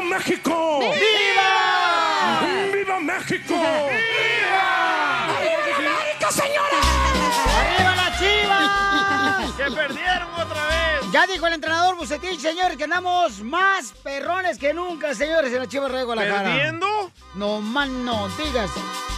México! ¡Viva! ¡Viva México! ¡Viva México, señora! ¡Arriba la chiva! ¡Que perdieron otra vez! Ya dijo el entrenador Bucetich, señores, que andamos más perrones que nunca, señores, en la chiva de Guadalajara. ¿Perdiendo? No, man, no, digas.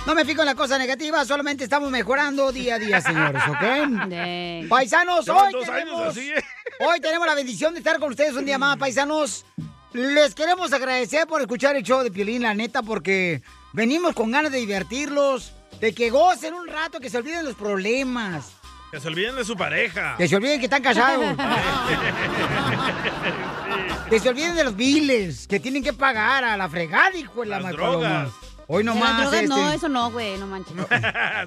No me fijo en la cosa negativa, solamente estamos mejorando día a día, señores, ¿ok? Dang. Paisanos, Llevan hoy dos años tenemos, así, ¿eh? hoy tenemos la bendición de estar con ustedes un día más, paisanos. Les queremos agradecer por escuchar el show de Piolín, la neta, porque venimos con ganas de divertirlos, de que gocen un rato, que se olviden los problemas, Que se olviden de su pareja. que se olviden que están casados. Que se olviden de los biles que tienen que pagar a la fregada, hijo de la Las macaloma. drogas. Hoy De las nomás. drogas no, este. eso no, güey, no manches.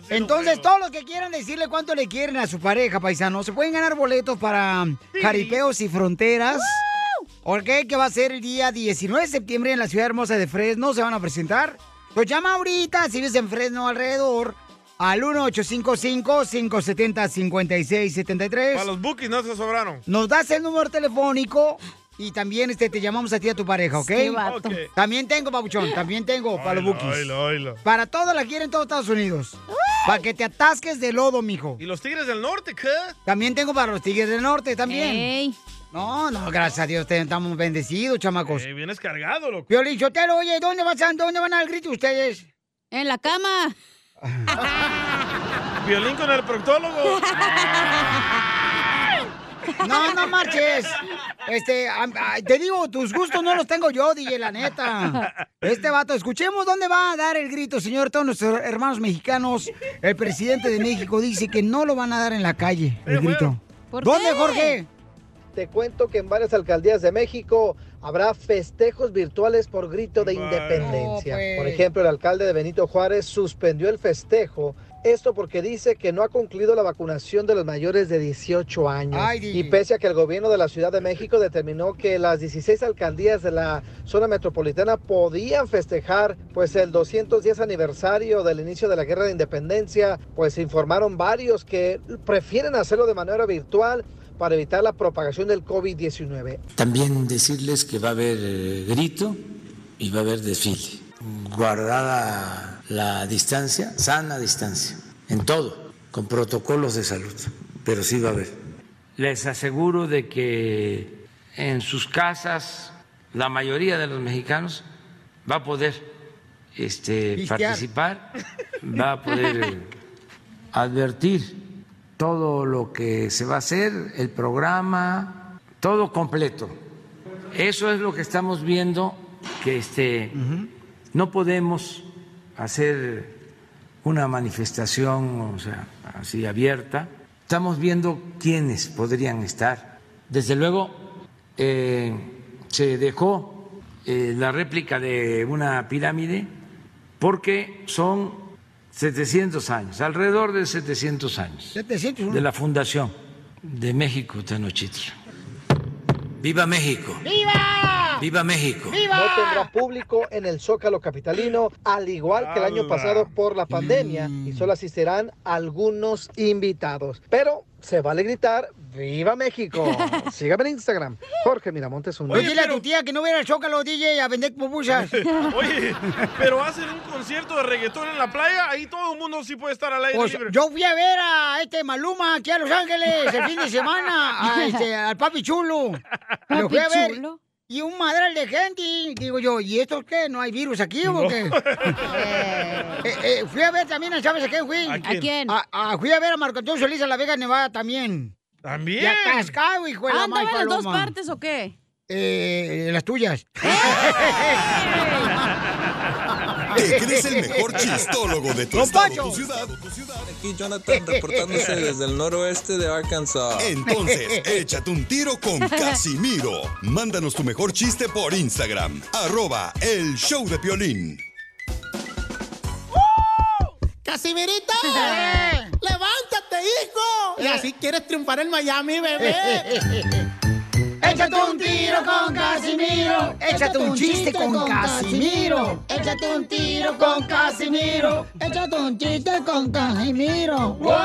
Entonces, todos los que quieran decirle cuánto le quieren a su pareja, paisano, se pueden ganar boletos para um, Jaripeos y Fronteras. Ok, que va a ser el día 19 de septiembre en la ciudad hermosa de Fresno. Se van a presentar. Pues llama ahorita, si vives en Fresno alrededor, al 1855-570-5673. Para los bookies no se sobraron. Nos das el número telefónico y también este, te llamamos a ti y a tu pareja, ¿ok? Qué vato. Ok. También tengo, Pabuchón, también tengo para los Oilo, bookies. oilo, oilo. Para todos la quieren en todos Estados Unidos. Para que te atasques de lodo, mijo. ¿Y los Tigres del Norte qué? También tengo para los Tigres del Norte, también. Ey. No, no, gracias a Dios, te- estamos bendecidos, chamacos. Eh, vienes cargado, loco. Violín Chotelo, oye, ¿dónde van, a- ¿dónde van al grito ustedes? En la cama. Violín con el proctólogo. No, no marches. Este, am- ay, te digo, tus gustos no los tengo yo, DJ, la neta. Este vato, escuchemos dónde va a dar el grito, señor. Todos nuestros hermanos mexicanos, el presidente de México dice que no lo van a dar en la calle, Eh, el grito. ¿Dónde, Jorge? Te cuento que en varias alcaldías de México habrá festejos virtuales por grito de independencia. No, pues. Por ejemplo, el alcalde de Benito Juárez suspendió el festejo. Esto porque dice que no ha concluido la vacunación de los mayores de 18 años. Ay, DJ. y pese a que el gobierno de la Ciudad de México determinó que las 16 alcaldías de la zona metropolitana podían festejar pues el 210 aniversario del inicio de la Guerra de Independencia, pues informaron varios que prefieren hacerlo de manera virtual para evitar la propagación del COVID-19. También decirles que va a haber eh, grito y va a haber desfile. Guardada la distancia, sana distancia, en todo, con protocolos de salud, pero sí va a haber. Les aseguro de que en sus casas la mayoría de los mexicanos va a poder este, Pistear. participar, va a poder eh, advertir todo lo que se va a hacer, el programa, todo completo. Eso es lo que estamos viendo que este no podemos hacer una manifestación o sea, así abierta. Estamos viendo quiénes podrían estar. Desde luego, eh, se dejó eh, la réplica de una pirámide porque son 700 años, alrededor de 700 años de la fundación de México Tenochtitlan. Viva México, ¡Viva! viva México. No tendrá público en el Zócalo Capitalino, al igual que el año ¡Hala! Mm. pasado por la pandemia, y solo asistirán algunos invitados. Pero se vale gritar ¡Viva México! Sígame en Instagram, Jorge Miramontes uno. Oye, dile a tu tía que no viera el Chócalo, DJ, a vender pupusas. Oye, pero hacen un concierto de reggaetón en la playa, ahí todo el mundo sí puede estar al aire Pues, libre. yo fui a ver a este Maluma aquí a Los Ángeles el fin de semana, a este, al papi chulo. Lo fui a ver. Chulo. Y un madral de gente. y Digo yo, ¿y esto qué? ¿No hay virus aquí o qué? Eh, eh, fui a ver también a Chávez, ¿a quién fui? ¿A quién? ¿A quién? A- a- fui a ver a Marco Antonio Solís a La Vega, Nevada también. También. Y atascado, hijo de la Ah, ¿andaban mal las dos paloma. partes o qué? Eh, las tuyas. Te crees el mejor chistólogo de tu Don estado, Poncho. tu ciudad. Aquí Jonathan reportándose desde el noroeste de Arkansas. Entonces, échate un tiro con Casimiro. Mándanos tu mejor chiste por Instagram, arroba el show de Piolín. ¡Casimirito! ¡Eh! ¡Levántate, hijo! Y así quieres triunfar en Miami, Eh, bebé. Échate un tiro con Casimiro. Échate un chiste con Casimiro. Échate un tiro con Casimiro. Échate un chiste con Casimiro. ¡Wow!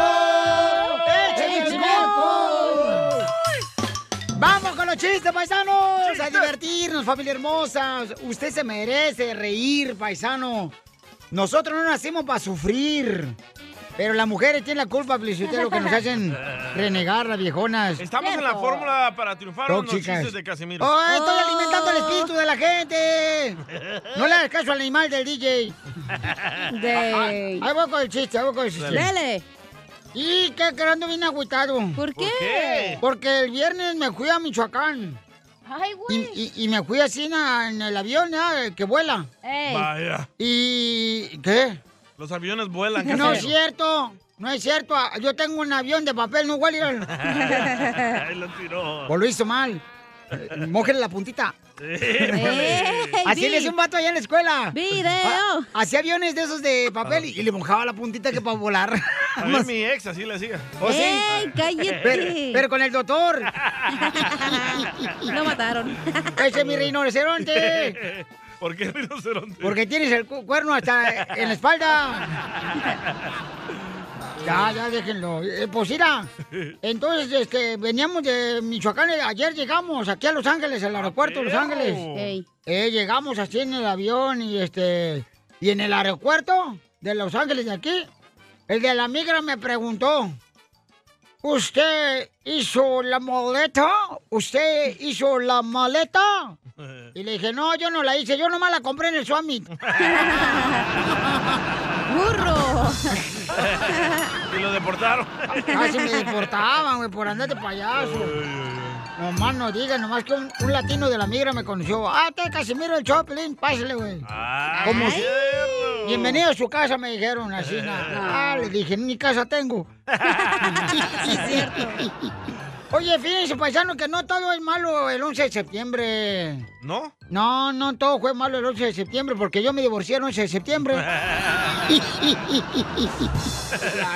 ¡Échame el alcohol! Vamos con los chistes, paisanos, a divertirnos, familia hermosa. Usted se merece reír, paisano. Nosotros no nacimos para sufrir. Pero las mujeres tienen la culpa, lo que nos hacen renegar, las viejonas. Estamos en la fórmula para triunfar en los Tóxicas. chistes de Casimiro. ¡Oh, estoy alimentando el espíritu de la gente! No le hagas caso al animal del DJ. Ahí voy con el chiste, ahí voy con el chiste. Dale. Y que quedando bien agüitado. ¿Por qué? qué? Porque el viernes me fui a Michoacán. Ay, Y, güey. y- y me fui así na- en el avión, ¿eh? El que vuela. Ey. Vaya. ¿Y qué? Los aviones vuelan, Casimiro. No es cierto, no es cierto. Ah, Yo tengo un avión de papel, no igual. mira. Ahí lo tiró. o lo hizo mal. Eh, Mójele la puntita. Así le hacía un vato allá en la escuela. Video. Ah, Hacía aviones de esos de papel y y le mojaba la puntita que para volar. A mí mi ex así le hacía. ¿O Oh, sí? ¡Eh, Pero, pero con el doctor. Lo mataron. Ese es mi rinoceronte. ¿Por qué rinoceronte? Porque tienes el cu- cuerno hasta en la espalda. Ya, ya, déjenlo. Eh, pues mira, entonces este, veníamos de Michoacán, eh, ayer llegamos aquí a Los Ángeles, al aeropuerto de Los Ah, perro. Ángeles. Ey. Eh, llegamos así en el avión y este. Y en el aeropuerto de Los Ángeles de aquí, el de la migra me preguntó. ¿Usted hizo la maleta? ¿Usted hizo la maleta? Y le dije, no, yo no la hice, yo nomás la compré en el Summit. ¡Burro! y lo deportaron. Casi Ah, me deportaban, güey, por andar de payaso. Nomás no digan, nomás que un, un latino de la migra me conoció. Ah, te Casimiro el Choplin, pásale, güey. Como si- Bienvenido a su casa, me dijeron así. na- Ah, le dije, ni casa tengo. Oye, fíjense, paisano, que no todo es malo el 11 de septiembre. ¿No? No, no todo fue malo el 11 de septiembre, porque yo me divorcié el 11 de septiembre. la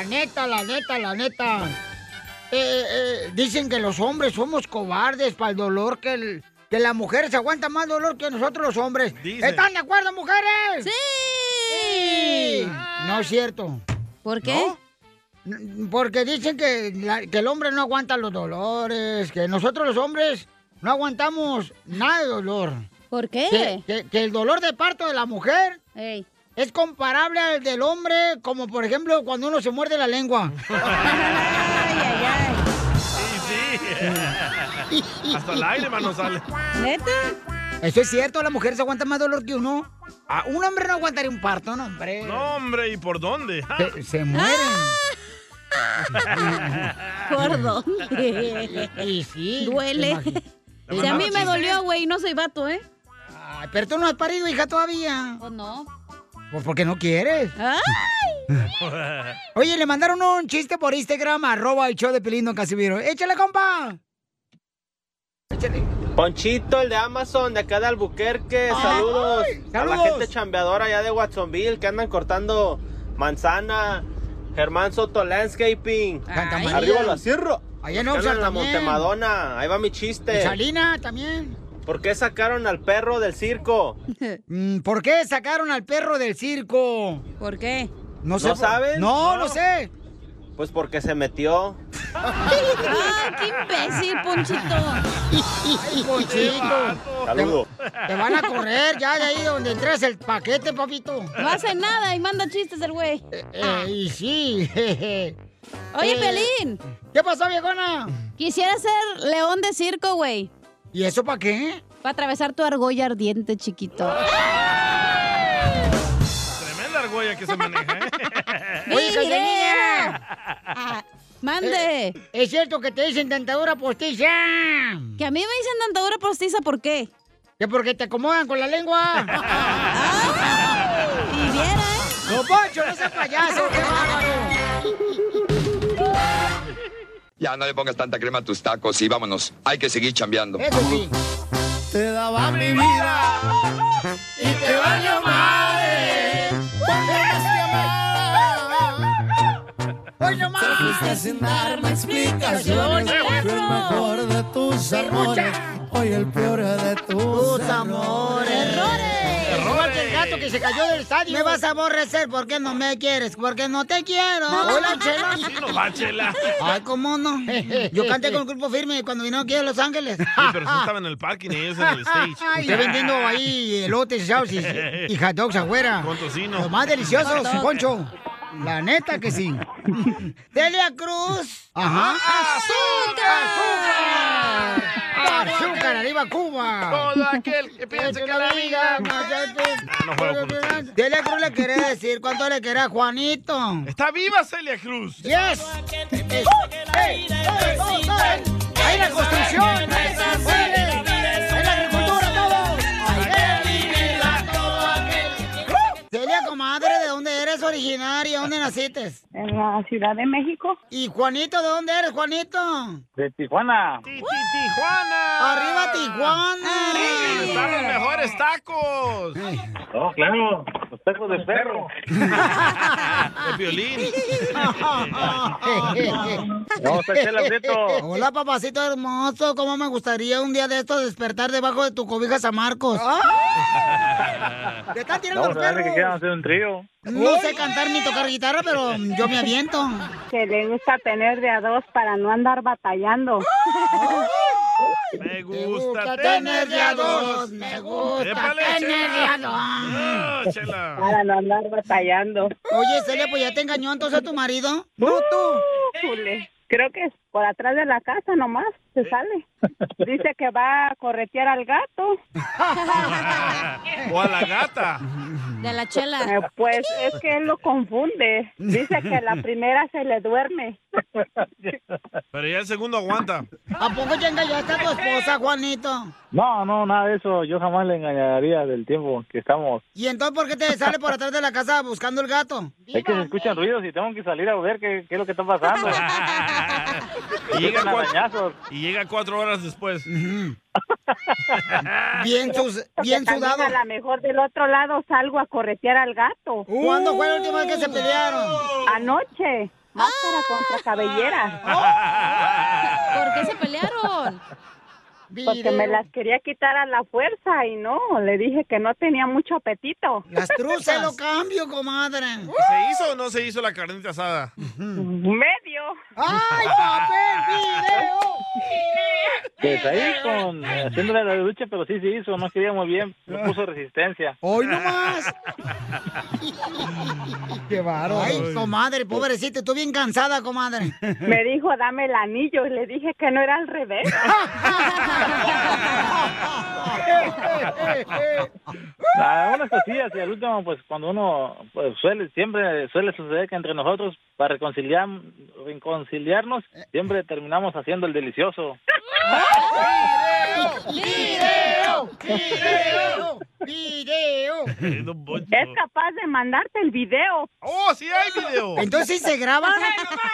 neta, la neta, la neta. Eh, eh, dicen que los hombres somos cobardes para el dolor que el- Que las mujeres aguantan más dolor que nosotros los hombres. Dicen. ¿Están de acuerdo, mujeres? ¡Sí! No es cierto. ¿Por qué? N- Porque dicen que, la- que el hombre no aguanta los dolores, que nosotros los hombres no aguantamos nada de dolor. ¿Por qué? Que, que- que el dolor de parto de la mujer es comparable al del hombre, como por ejemplo cuando uno se muerde la lengua. Sí, sí. Hasta el aire, mano, sale. ¿Neta? Eso es cierto, las mujeres aguantan más dolor que uno. Ah, un hombre no aguantaría un parto, no, hombre. No, hombre, ¿y por dónde? Se, se mueren. ¿Por dónde? Y sí. Duele. imagino. Si a mí me dolió, güey, no soy vato, ¿eh? Ay, pero tú no has parido, hija, todavía. Pues no. Pues porque no quieres. Oye, le mandaron un chiste por Instagram, arroba el show de Pelín, don Casimiro. ¡Échale, compa! Ponchito, el de Amazon, de acá de Albuquerque, saludos. A la saludos. gente chambeadora allá de Watsonville que andan cortando manzana. Germán Soto Landscaping. Santa María. Arriba lo cierro. Allá en Los que Oxnard andan en la también. Montemadona. Ahí va mi Y chiste. Salina también. ¿Por qué sacaron al perro del circo? Mm, ¿Por qué sacaron al perro del circo? ¿Por qué? No sé. ¿No por- saben? No, no, No. sé. Pues porque se metió. ¡Ah, qué imbécil, Ponchito! Ay, Ponchito. Saludo. Te van a correr ya de ahí donde entras el paquete, papito. No hace nada y manda chistes el güey. Eh, y sí. jeje. Oye, Eh, Pelín. ¿Qué pasó, viejona? Quisiera ser león de circo, güey. ¿Y eso para qué? Para atravesar tu argolla ardiente, chiquito. Tremenda argolla que se maneja, ¿eh? Oye, Cachanilla. ¡Mande! Eh, es cierto que te dicen dentadura postiza. Que a mí me dicen dentadura postiza, ¿por qué? Que porque te acomodan con la lengua. ¡Ay! Y viera, ¿eh? No, Poncho, no seas payaso, qué bárbaro. Ya no le pongas tanta crema a tus tacos y vámonos. Hay que seguir chambeando. Eso sí. Te daba mi vida y te valió madre. Cuando más te Hoy nomás. Te fuiste sin darme explicaciones. Fui el mejor de tus amores. Hoy el peor de tus, amores. Errores. Igual que el gato vato que se cayó del estadio. Me vas a aborrecer porque no me quieres, porque no te quiero. Hola, Chela. No va, Chela. Ay, cómo no. Yo canté con el grupo firme cuando vino aquí a Los Ángeles. Sí, pero usted estaba en el parking y ellos en el stage. Estoy vendiendo ahí elotes echados y, y hot dogs afuera. Con tocino. Lo más delicioso, Hot dog. Poncho. La neta que sí. Delia Cruz. Ajá. ¡Azúcar! ¡Azúcar! ¡Azúcar! ¡Arriba Cuba! Este Todo aquel que piense que la vida más No juego con usted. Delia Cruz le quería decir cuánto le quería a Juanito. ¡Está viva Celia Cruz! ¡Yes! ¡Ahí la construcción! ¡Ahí la agricultura, todo! Celia, comadre, ¿de dónde eres originaria? ¿Dónde naciste? En la Ciudad de México. ¿Y Juanito, de dónde eres, Juanito? De Tijuana. Tijuana. ¡Arriba Tijuana! ¡Están los mejores tacos! No, claro. Los tacos de perro. ¡De violín! No, está Chela Prieto. Hola, papacito hermoso. ¿Cómo me gustaría un día de estos despertar debajo de tu cobija San Marcos? ¡Te están tirando Vamos los a ver que perros! quieran hacer un trío. No sé cantar ni tocar guitarra, pero yo me aviento. Que le gusta tener de a dos para no andar batallando. Me gusta tener de a dos. Me Épale, tener de a dos. Chela. No, Chela. Para no andar batallando. Oye, Celia, pues ya te engañó entonces tu marido. ¡Bruto! Creo que es por atrás de la casa nomás se sale. Dice que va a corretear al gato. O a la gata. De la Eh, chela. pues es que él lo confunde. Dice que la primera se le duerme. Pero ya el segundo aguanta. ¿A poco ya engañaste a tu esposa, Juanito? No, no, nada de eso. Yo jamás le engañaría del tiempo que estamos. ¿Y entonces por qué te sale por atrás de la casa buscando el gato? Es que se eh. escuchan ruidos y tengo que salir a ver qué, qué es lo que está pasando. Y llega, Son cuatro, y llega cuatro horas después. Bien, sus, Porque bien también sudado. A lo mejor del otro lado salgo a corretear al gato. Uh. ¿Cuándo fue la última vez que se pelearon? Anoche. Ah. Máscara contra cabellera. ¿Por qué se pelearon? Porque me las quería quitar a la fuerza y no, le dije que no tenía mucho apetito. Las truzas. lo cambio, comadre. ¿Se hizo o no se hizo la carnita asada? Medio. ¡Ay, papel, Pues ahí con, haciéndole la lucha, pero sí se hizo. No queríamos bien. No puso resistencia. ¡Hoy nomás! ¡Qué bárbaro! Ay, comadre, pobrecita, tú bien cansada, comadre. Me dijo, dame el anillo y le dije que no era al revés. Algunas cosillas y al último, pues cuando uno pues, suele, siempre suele suceder que entre nosotros, para reconciliar, reconciliarnos, siempre terminamos haciendo el delicioso. ¡Video! ¡Video! ¡Video! es capaz de mandarte el video. ¡Oh, sí hay video! ¿Entonces se graba?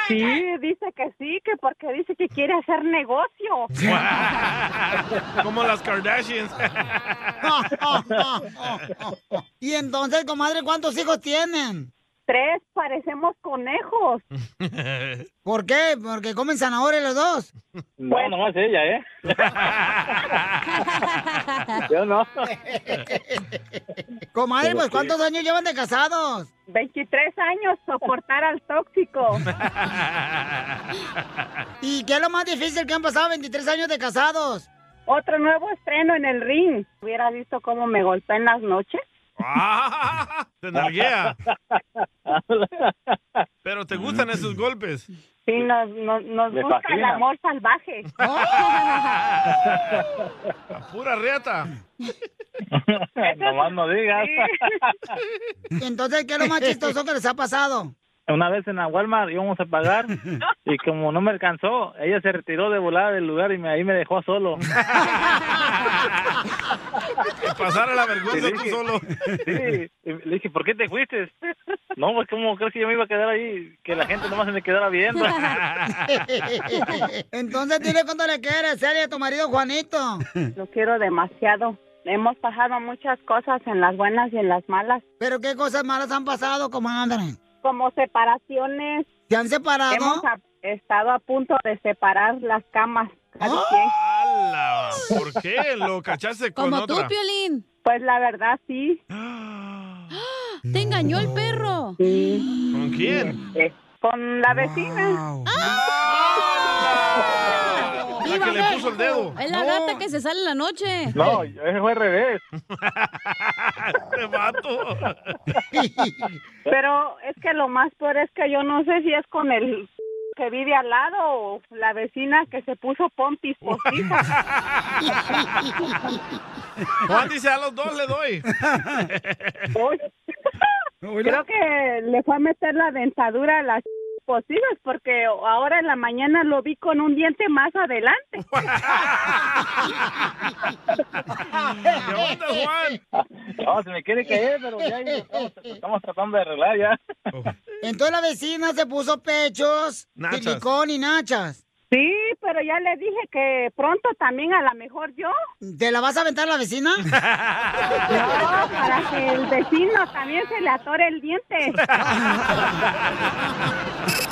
Sí, dice que sí, que porque dice que quiere hacer negocio. Como las Kardashians. Y entonces, comadre, ¿cuántos hijos tienen? Tres, parecemos conejos. ¿Por qué? ¿Porque comen zanahoria los dos? No, nomás ella, ¿eh? Yo no. Comadre, Pero pues sí. ¿cuántos años llevan de casados? 23 años soportar al tóxico. ¿Y qué es lo más difícil que han pasado 23 años de casados? Otro nuevo estreno en el ring. Hubiera visto cómo me golpea en las noches. Te narguea. Pero te gustan esos golpes. Sí, nos, nos, nos Le gusta el fascina. amor salvaje. Pura reata. Nomás no digas. Entonces, ¿qué es lo más chistoso que les ha pasado? Una vez en la Walmart íbamos a pagar y como no me alcanzó, ella se retiró de volada del lugar y me, ahí me dejó solo. Que pasara la vergüenza Sí, tú dije. solo. Sí, y le dije, ¿por qué te fuiste? No, pues ¿cómo crees que yo me iba a quedar ahí? Que la gente nomás se me quedara viendo. Entonces, dile cuánto le quieres, Celia, a tu marido Juanito. Lo quiero demasiado. Hemos pasado muchas cosas en las buenas y en las malas. ¿Pero qué cosas malas han pasado, comadre? Como separaciones. ¿Se han separado? Hemos a- estado a punto de separar las camas. cada ¡Oh! quien. ¡Hala! ¿Por qué? Lo cachaste con otra. Piolín. Pues la verdad, sí. Te engañó el perro. ¿Con quién? Eh, con la vecina. ¡Ah! La que le puso el dedo. Es la gata que se sale en la noche. No, ese fue al revés. Te mato. Pero es que lo más peor es que yo no sé si es con el que vive al lado o la vecina que se puso pompis postizas. Juan dice, a los dos le doy. Uy. Creo que le fue a meter la dentadura a las postizas porque ahora en la mañana lo vi con un diente más adelante. No, se me quiere caer, pero ya estamos, estamos tratando de arreglar ya. Entonces la vecina se puso pechos, Nachas. silicón y nachas. Sí, pero ya le dije que pronto también a lo mejor yo. ¿Te la vas a aventar la vecina? No, para que el vecino también se le atore el diente.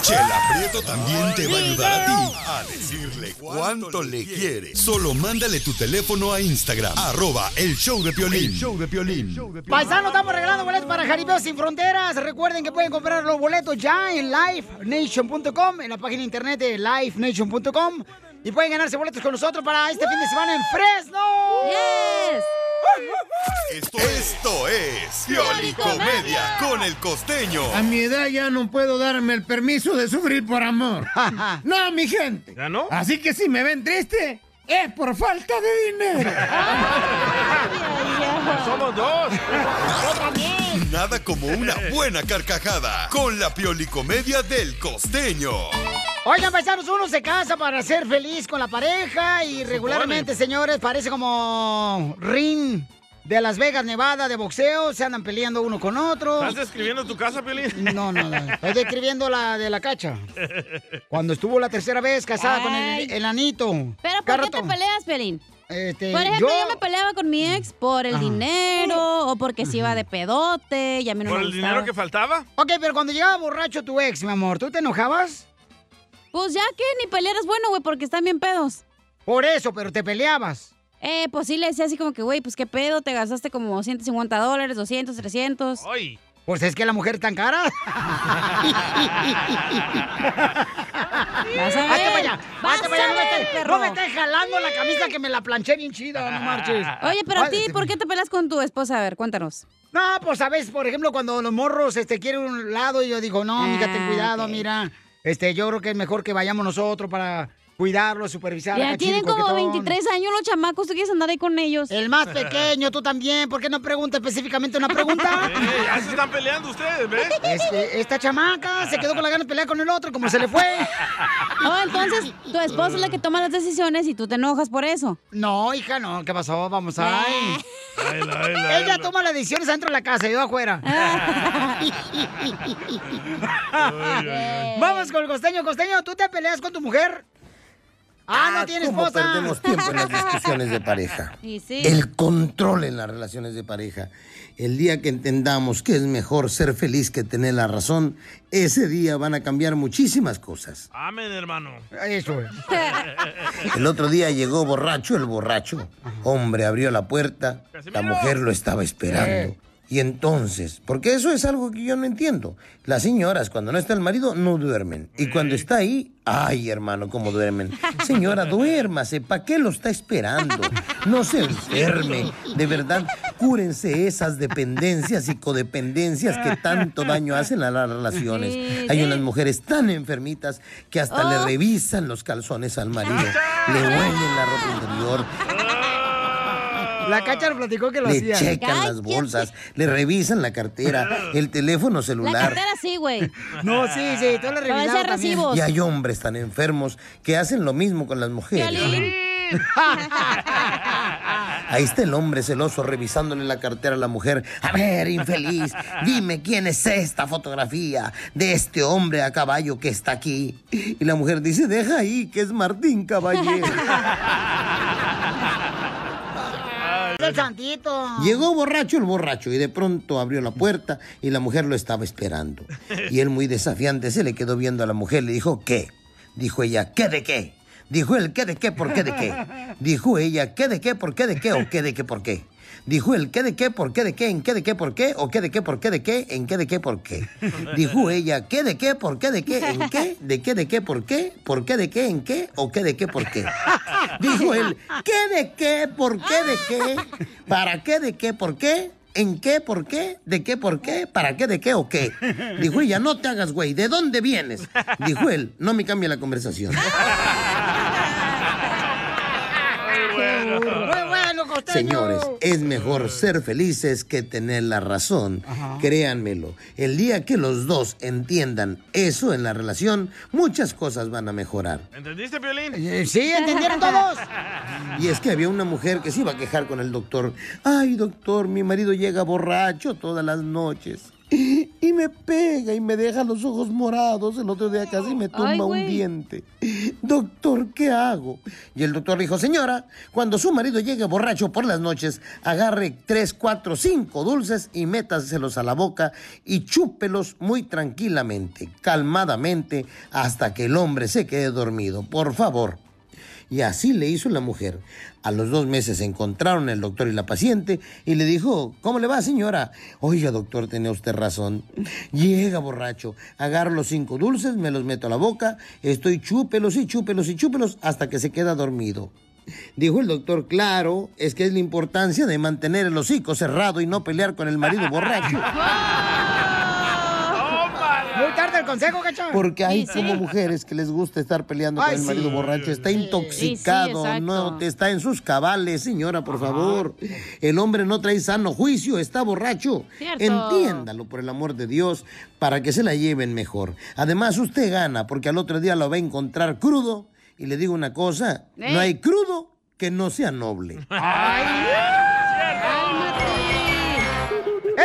Chela Prieto también te va a ayudar a ti a decirle cuánto le quiere. Solo mándale tu teléfono a Instagram, arroba el show de Piolín. show de Piolín. Paisano, estamos regalando boletos para Jaripeo Sin Fronteras. Recuerden que pueden comprar los boletos ya en LiveNation.com, en la página de internet de LiveNation.com. Y pueden ganarse boletos con nosotros para este fin de semana en Fresno. ¡Yes! Esto, esto es Pioli Comedia con el costeño. A mi edad ya no puedo darme el permiso de sufrir por amor. no, mi gente. ¿Ya no? Así que si me ven triste, es por falta de dinero. Somos dos. Nada como una buena carcajada con la Pioli Comedia del costeño. Oigan, paisanos, uno se casa para ser feliz con la pareja y regularmente, señores, parece como ring de Las Vegas, Nevada, de boxeo. Se andan peleando uno con otro. ¿Estás describiendo tu casa, Pelín? No, no, no. Estoy describiendo la de la cacha. Cuando estuvo la tercera vez casada con el, el anito. Pero ¿por qué te peleas, Pelín? Este, Por ejemplo, yo- yo... me peleaba con mi ex por el Ajá. dinero o porque se iba de pedote y a mí no ¿Por me el gustaba. dinero que faltaba? Ok, pero cuando llegaba borracho tu ex, mi amor, ¿tú te enojabas? Pues ya que ni pelear es bueno, güey, porque están bien pedos. Por eso, pero te peleabas. Eh, pues sí le decía así como que, güey, pues qué pedo, te gastaste como 150 dólares, 200, 300. Pues es que la mujer es tan cara. Vas a ver. Hazte para allá, Vas hazte para a allá, no me ver, estés- perro. no me estés jalando la camisa que me la planché bien chida, no marches. Oye, pero a ti, Ay, este ¿por qué te peleas con tu esposa? A ver, cuéntanos. No, pues sabes, por ejemplo, cuando los morros este, quieren un lado y yo digo, no, mira, ten Ah, cuidado, ok. mira. Este, yo creo que es mejor que vayamos nosotros para cuidarlo, supervisar. Ya acá, tienen chido, como coquetón. 23 años los chamacos, tú quieres andar ahí con ellos. El más pequeño, tú también, ¿por qué no pregunta específicamente una pregunta? Eh, ya se están peleando ustedes, ¿ves? Este, esta chamaca se quedó con la gana de pelear con el otro, como se le fue. Oh, entonces tu esposa es la que toma las decisiones y tú te enojas por eso. No, hija, no, ¿qué pasó? Vamos a... Ella toma las decisiones dentro de la casa, yo afuera. Vamos con el costeño. Costeño, ¿tú te peleas con tu mujer? Ah, no tiene ¿Cómo esposa. perdemos tiempo en las discusiones de pareja? Y sí. El control en las relaciones de pareja. El día que entendamos que es mejor ser feliz que tener la razón, ese día van a cambiar muchísimas cosas. Amén, hermano. Eso es. El otro día llegó borracho el borracho. Hombre abrió la puerta, la mujer lo estaba esperando. Y entonces, porque eso es algo que yo no entiendo. Las señoras cuando no está el marido no duermen. Y cuando está ahí, ay hermano, cómo duermen. Señora, duérmase, ¿para qué lo está esperando? No se enferme, de verdad, cúrense esas dependencias y codependencias que tanto daño hacen a las relaciones. Sí, Hay sí. unas mujeres tan enfermitas que hasta le Oh. revisan los calzones al marido, le huelen la ropa interior, La cacha nos platicó que lo le hacía. checan las bolsas, le revisan la cartera, el teléfono La celular. cartera sí, güey. No, sí, sí, tú la A veces recibos. Y hay hombres tan enfermos que hacen lo mismo con las mujeres. Piolín. Ahí está el hombre celoso revisándole la cartera a la mujer. A ver, infeliz, dime quién es esta fotografía de este hombre a caballo que está aquí. Y la mujer dice, deja ahí, que es Martín Caballero. El santito. Llegó borracho el borracho y de pronto abrió la puerta y la mujer lo estaba esperando. Y él muy desafiante se le quedó viendo a la mujer, le dijo, ¿qué? Dijo ella, ¿qué de qué? Dijo él, ¿qué de qué? ¿Por qué de qué? Dijo ella, ¿qué de qué? ¿Por qué de qué? ¿O qué de qué? ¿Por qué? Dijo el qué de qué, por qué de qué, en qué de qué, por qué, o qué de qué, por qué de qué, en qué de qué, por qué. Dijo ella qué de qué, por qué de qué, en qué, de qué de qué, por qué, por qué de qué, en qué, o qué de qué, por qué. Dijo él qué de qué, por qué de qué, para qué de qué, por qué. ¿En qué? ¿Por qué? ¿De qué? ¿Por qué? ¿Para qué? ¿De qué o qué? Dijo ella, no te hagas güey. ¿De dónde vienes? Dijo él, no me cambie la conversación. Muy bueno, costeño. Señores, es mejor ser felices que tener la razón. Ajá. Créanmelo. El día que los dos entiendan eso en la relación, muchas cosas van a mejorar. ¿Entendiste, Piolín? sí, Eh, ¿Entendieron todos? Y es que había una mujer que se iba a quejar con el doctor. Ay, doctor, mi marido llega borracho todas las noches. Y me pega y me deja los ojos morados. El otro día casi me tumba Ay, güey. un diente. Doctor, ¿qué hago? Y el doctor le dijo, señora, cuando su marido llegue borracho por las noches, agarre tres, cuatro, cinco dulces y métaselos a la boca y chúpelos muy tranquilamente, calmadamente, hasta que el hombre se quede dormido. Por favor. Y así le hizo la mujer. A los dos meses se encontraron el doctor y la paciente y le dijo, ¿cómo le va señora? Oiga doctor, tenía usted razón. Llega borracho, agarro los cinco dulces, me los meto a la boca, estoy chúpelos y chúpelos y chúpelos hasta que se queda dormido. Dijo el doctor, claro, es que es la importancia de mantener el hocico cerrado y no pelear con el marido borracho. Muy tarde el consejo, cachón. Porque hay como mujeres que les gusta estar peleando Ay, con el marido sí. borracho, está Sí, intoxicado, sí, exacto. no está en sus cabales, señora, por favor. El hombre no trae sano juicio, está borracho. Cierto. Entiéndalo, por el amor de Dios, para que se la lleven mejor. Además, usted gana, porque al otro día lo va a encontrar crudo. Y le digo una cosa, Eh. no hay crudo que no sea noble. ¡Ay!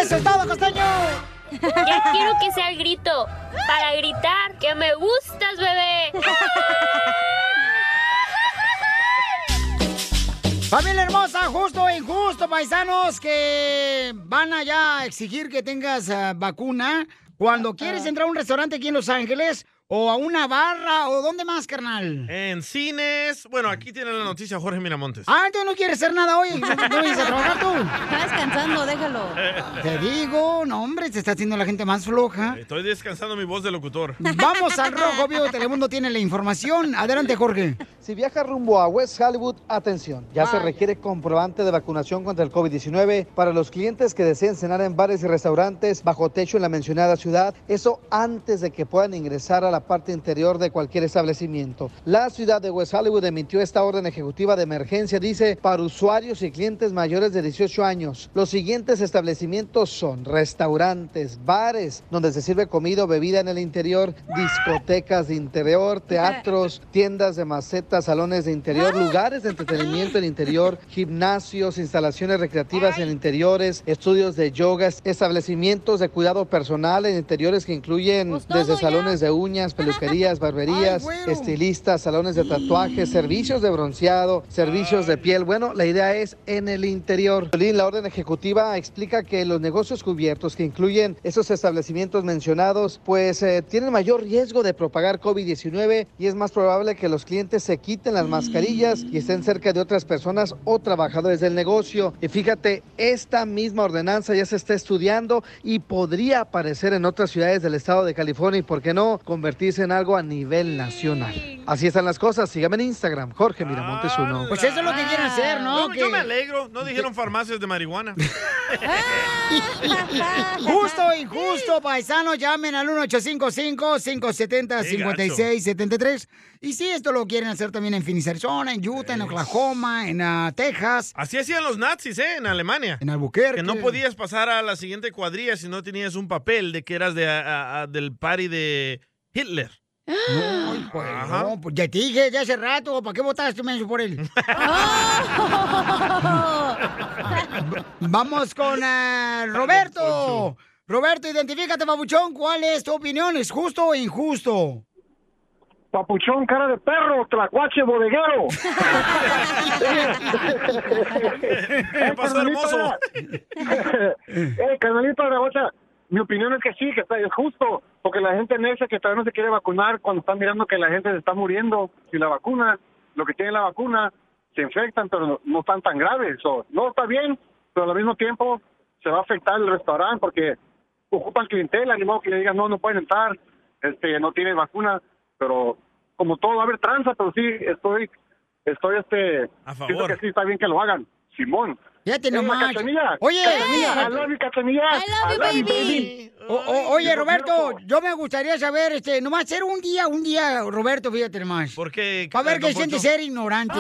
¡Eso es todo, costeño! Ya quiero que sea el grito para gritar que me gustas, bebé. Familia hermosa, justo o injusto, paisanos que van allá a exigir que tengas ah, vacuna cuando quieres entrar a un restaurante aquí en Los Ángeles o a una barra o dónde más, carnal. En cines. Bueno, aquí tiene la noticia Jorge Miramontes. Ah, entonces no quieres hacer nada hoy. No vienes a trabajar tú. Estás descansando, déjalo. Te digo, no, hombre, se está haciendo la gente más floja. Eh, Estoy descansando mi voz de locutor. Vamos al rojo, vivo. Telemundo tiene la información. Adelante, Jorge. Si viaja rumbo a West Hollywood, atención, ya se requiere comprobante de vacunación contra el COVID-19 para los clientes que deseen cenar en bares y restaurantes bajo techo en la mencionada ciudad, eso antes de que puedan ingresar a la parte interior de cualquier establecimiento. La ciudad de West Hollywood emitió esta orden ejecutiva de emergencia, dice, para usuarios y clientes mayores de 18 años. Los siguientes establecimientos son restaurantes, bares, donde se sirve comida o bebida en el interior, discotecas de interior, teatros, tiendas de macetas, salones de interior, lugares de entretenimiento en interior, gimnasios, instalaciones recreativas en interiores, estudios de yoga, establecimientos de cuidado personal en interiores que incluyen desde salones de uñas, peluquerías, barberías, estilistas, salones de tatuajes, servicios de bronceado, servicios de piel. Bueno, la idea es en el interior. Piolín, La orden ejecutiva explica que los negocios cubiertos que incluyen esos establecimientos mencionados, pues eh, tienen mayor riesgo de propagar COVID-19 y es más probable que los clientes se quiten las mascarillas y estén cerca de otras personas o trabajadores del negocio. Y fíjate, esta misma ordenanza ya se está estudiando y podría aparecer en otras ciudades del estado de California y, ¿por qué no?, convertirse en algo a nivel nacional. Así están las cosas. Sígame en Instagram, Jorge Miramontes 1. Pues eso es lo que quieren hacer, ¿no? Yo, yo Que- me alegro. No dijeron farmacias de marihuana. Justo o injusto, paisano, llamen al 1855-570-5673. Y si esto lo quieren hacer también en Phoenix, Arizona, en Utah, en Oklahoma, en ah, Texas. Así hacían los nazis, ¿eh? En Alemania. En Albuquerque. Que no podías pasar a la siguiente cuadrilla si no tenías un papel de que eras de, a- a- a- del party de Hitler. No, hijo de- no, pues ya te dije ya hace rato, ¿para qué votaste menso, por él? Vamos con ah, Roberto. Roberto, identifícate, papuchón. ¿Cuál es tu opinión? ¿Es justo o injusto? Papuchón, cara de perro, tlacuache, bodeguero. ¿Qué pasó, hermoso? eh, carnalita de bocha, mi opinión es que sí, que está, es justo, porque la gente necia que todavía no se quiere vacunar cuando están mirando que la gente se está muriendo y la vacuna, lo que tiene la vacuna, se infectan, pero no, no están tan graves. o no está bien, pero al mismo tiempo se va a afectar el restaurante porque ocupan clientela, ni modo que le digan, no, no pueden entrar, este, no tienen vacuna, pero como todo va a haber tranza, pero sí, estoy, estoy, este, a siento que sí está bien que lo hagan, Simón. Fíjate Eh, nomás. Cachanilla, Eh, Oye. Cachanilla, I love you, Cachanilla. I love you, baby. O- o- oye, Roberto, yo me gustaría saber, este, nomás ser un día, un día, Roberto, fíjate nomás. ¿Por qué? Para ver Don qué siente Poncho? ser ignorante.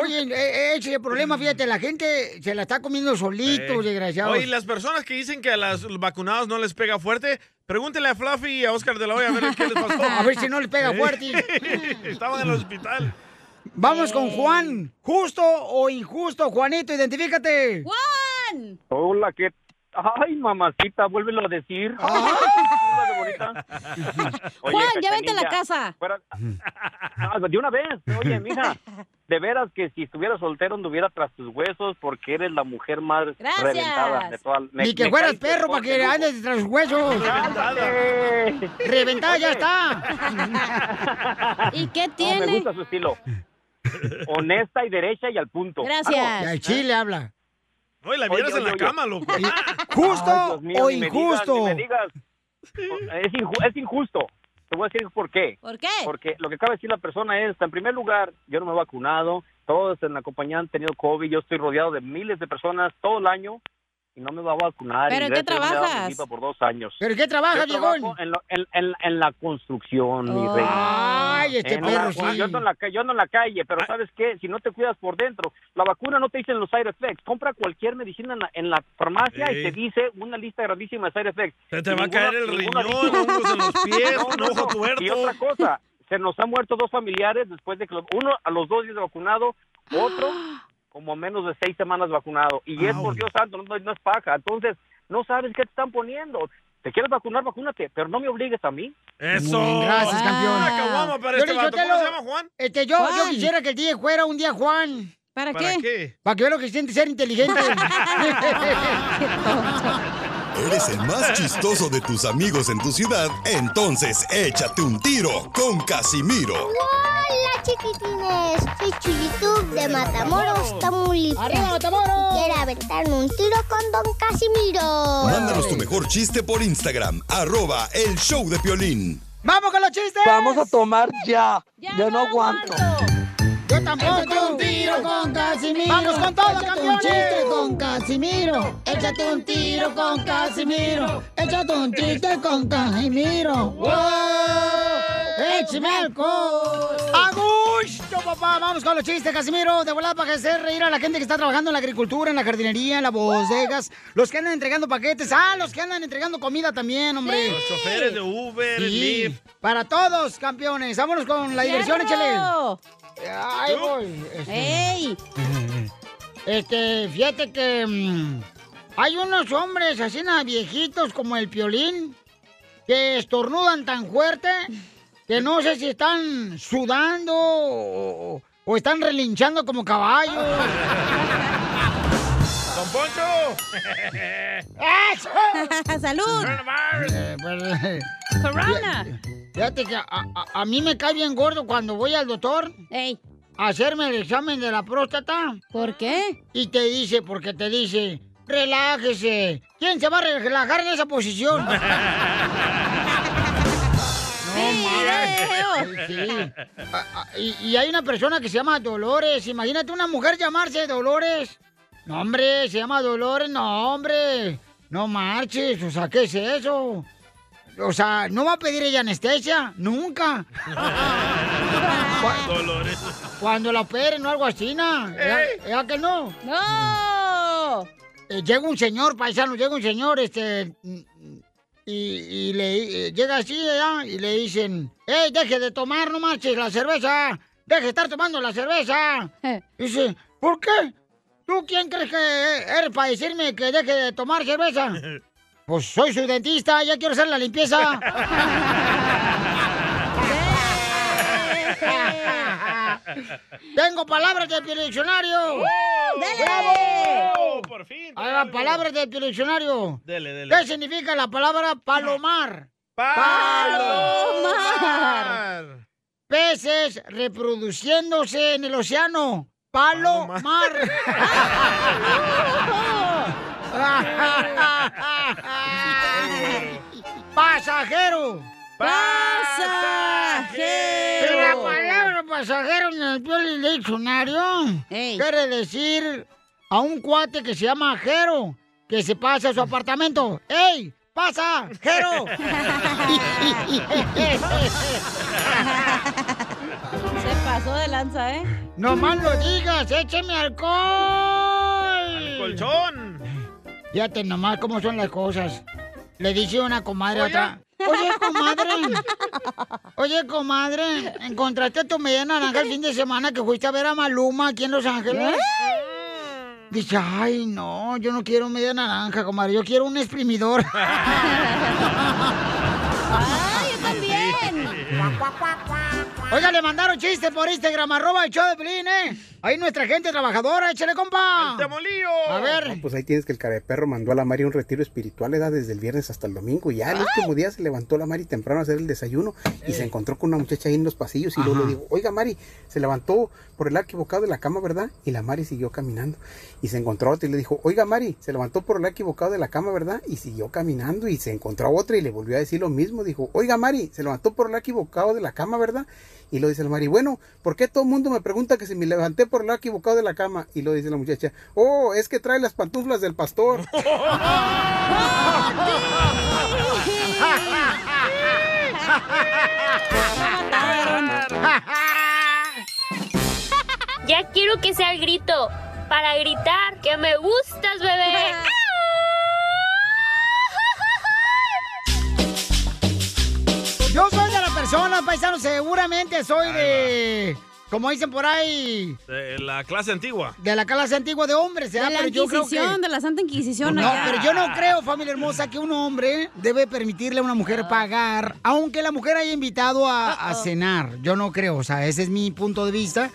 Oye, eh, eh, ese es el problema, fíjate, la gente se la está comiendo solito, Eh, desgraciado. Oye, las personas que dicen que a los vacunados no les pega fuerte, pregúntenle a Fluffy y a Oscar de la Hoya a ver qué les pasó. A ver si no les pega Eh, fuerte. Estaban en el hospital. Vamos con Juan, justo o injusto, Juanito, identifícate. Juan. Hola, ¿qué? Ay, mamacita, vuélvelo a decir. Oye, Juan, ya vente a la Cachanilla, casa. fuera- Ah, de una vez. Oye, mija, de veras que si estuviera soltero anduviera tras tus huesos porque eres la mujer más Gracias. reventada de toda me- Ni que me fueras caes perro para mejor que de lujo. andes tras los huesos. Cállate. Reventada, ya Oye. está. ¿Y qué No, me tiene? gusta su estilo. Honesta y derecha y al punto. Y al chile habla. Oye, la vieras Oye, en la oye, oye. cama, loco. ¿Justo Ay, Dios mío, o ni me injusto? digas, ni me digas. Es, inju- es injusto. Te voy a decir por qué. ¿Por qué? Porque lo que acaba de decir la persona es, en primer lugar, yo no me he vacunado, todos en la compañía han tenido COVID, yo estoy rodeado de miles de personas todo el año y no me voy a vacunar. ¿Pero Y en qué gracias a Dios me he dado trabajas? mi gripa por dos años. ¿Pero en qué trabajas, Yo viejón? trabajo En, lo- en, en- en la construcción, mi rey. Ay, este En perro la- sí. Yo ando, en la, ca- yo ando en la calle, Ah. pero ¿sabes qué? Si no te cuidas por dentro, la vacuna no te dicen los side effects. Compra cualquier medicina en la, en la farmacia Sí. y te dice una lista grandísima de side effects. Se te Y va a ninguna- caer el ninguna riñón, dice- hongos en los pies, No, un no, ojo no. tuerto. Y otra cosa, se nos han muerto dos familiares después de que los- uno a los dos días de vacunado, otro como a menos de seis semanas vacunado. Y es por Dios santo, no, no es paja. Entonces, no sabes qué te están poniendo. Te quieres vacunar, vacúnate, pero no me obligues a mí. Eso. Bien, gracias, campeón. Una Ah, caguama para este Piolín vato. ¿Cómo Sotelo, se llama, Juan? Este, yo, yo Juan. quisiera que el día fuera un día Juan. ¿Para, ¿Para qué? qué? Para que vea lo que siente ser inteligente. Eres el más chistoso de tus amigos en tu ciudad, entonces échate un tiro con Casimiro. ¡Hola, chiquitines! Soy Chuyitub de Matamoros, Tamaulipas. ¡Arriba, Matamoros! Quiero aventarme un tiro con Don Casimiro. Mándanos tu mejor chiste por Instagram, arroba el show de Piolín. ¡Vamos con los chistes! ¡Vamos a tomar ya! ¡Yo no aguanto! Yo tampoco. Échate un tiro con Casimiro. Vamos con todo, Échate campeones. un chiste con Casimiro. Échate un tiro con Casimiro. Échate un chiste con Casimiro. ¡Wow! ¡Échame alcohol! ¡A gusto, papá! Vamos con los chistes, Casimiro. De volada para hacer reír a la gente que está trabajando en la agricultura, en la jardinería, en las bodegas. Los que andan entregando paquetes. ¡Ah, los que andan entregando comida también, hombre! Los choferes de Uber, Sí, Lyft. Para todos, campeones. Vámonos con la diversión, échale. ¡Cierro! Ahí voy. Este, ¡Ey! este, fíjate que mm, hay unos hombres así nada viejitos como el Piolín que estornudan tan fuerte que no sé si están sudando o, o- o están relinchando como caballos. ¡Don Poncho! ¡Salud! Eh, Corona. Fíjate que a, a- a mí me cae bien gordo cuando voy al doctor a hacerme el examen de la próstata. ¿Por qué? Y te dice, porque te dice, relájese. ¿Quién se va a relajar en esa posición? Sí. Ah, Y, y hay una persona que se llama Dolores. Imagínate una mujer llamarse Dolores. No, hombre, se llama Dolores. No, hombre. No marches. O sea, ¿qué es eso? O sea, ¿no va a pedir ella anestesia? Nunca. Ah. Dolores. Cuando la operen o algo así, ¿na? ¿Ya- ya que no? ¡No! llega un señor, paisano, llega un señor, este... mm, Y, y le eh, llega así, ¿ya? Y le dicen, ¡Ey, deje de tomar, no marches, la cerveza! ¡Deje de estar tomando la cerveza! Dice, ¿por qué? ¿Tú quién crees que eres para decirme que deje de tomar cerveza? Pues soy su dentista, ya quiero hacer la limpieza. Tengo palabras del diccionario. ¡Bravo! Por fin. Ahí va, palabras del diccionario. Dele, dele. ¿Qué significa la palabra palomar? Palomar. peces reproduciéndose en el océano. Palomar. Pasajero. Pasajero. La palabra pasajero en el Piolín diccionario quiere decir a un cuate que se llama Jero que se pasa a su apartamento. ¡Ey! ¡Pasa! ¡Jero! Se pasó de lanza, ¿eh? ¡No más lo digas! ¡Écheme alcohol! colchón! Fíjate nomás cómo son las cosas. Le dice una comadre a otra. Oye, comadre. Oye, comadre. ¿Encontraste a tu media naranja el fin de semana que fuiste a ver a Maluma aquí en Los Ángeles? Dice, ay, no, yo no quiero media naranja, comadre. Yo quiero un exprimidor. ¡Ay, yo también! Oiga, le mandaron chistes por Instagram, arroba el show de Pelín, ¿eh? Ahí nuestra gente trabajadora, échale, compa. A ver. No, pues ahí tienes que el cara de perro mandó a la Mari a un retiro espiritual, edad desde el viernes hasta el domingo. y Ya el último día se levantó la Mari temprano a hacer el desayuno y Eh. se encontró con una muchacha ahí en los pasillos. Y luego Ajá. le digo, oiga, Mari, se levantó por el lado equivocado de la cama, ¿verdad? Y la Mari siguió caminando. Y se encontró a otra y le dijo, oiga, Mari, se levantó por el lado equivocado de la cama, ¿verdad? Y siguió caminando. Y se encontró a otra y le volvió a decir lo mismo. Dijo, oiga, Mari, se levantó por el lado equivocado de la cama, ¿verdad? Y lo dice la Mari, bueno, ¿por qué todo el mundo me pregunta que si me levanté por el lado equivocado de la cama? Y lo dice la muchacha, oh, es que trae las pantuflas del pastor. Ya quiero que sea el grito para gritar que me gustas, bebé. Yo soy de la persona, paisano, seguramente soy de. Como dicen por ahí, Eh, la clase antigua. de la clase antigua de hombres, ¿eh? De la pero yo creo que. Inquisición, de la Santa Inquisición. No, allá. pero yo no creo, familia hermosa, que un hombre debe permitirle a una Ah. mujer pagar, aunque la mujer haya invitado a, a cenar. Yo no creo, o sea, ese es mi punto de vista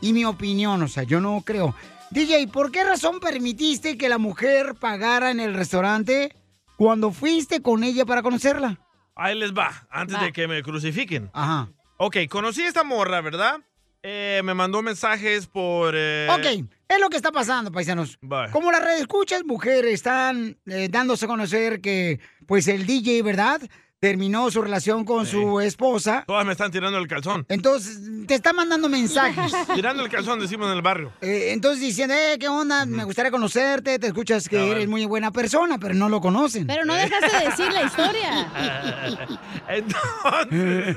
y mi opinión, o sea, yo no creo. DJ, ¿por qué razón permitiste que la mujer pagara en el restaurante cuando fuiste con ella para conocerla? Ahí les va, antes Va. de que me crucifiquen. Ajá. Ok, conocí a esta morra, ¿verdad? Eh, me mandó mensajes por... eh, Ok, es lo que está pasando, paisanos. Bye. Como las redes escuchas, mujeres están eh, dándose a conocer que, pues, el DJ, ¿verdad? Terminó su relación con su esposa. Todas me están tirando el calzón. Entonces, te está mandando mensajes. Tirando el calzón, decimos en el barrio. Eh, entonces diciendo, eh, ¿qué onda? Me gustaría conocerte, te escuchas que eres muy buena persona, pero no lo conocen. Pero ¿Eh? no dejaste de decir la historia. Entonces,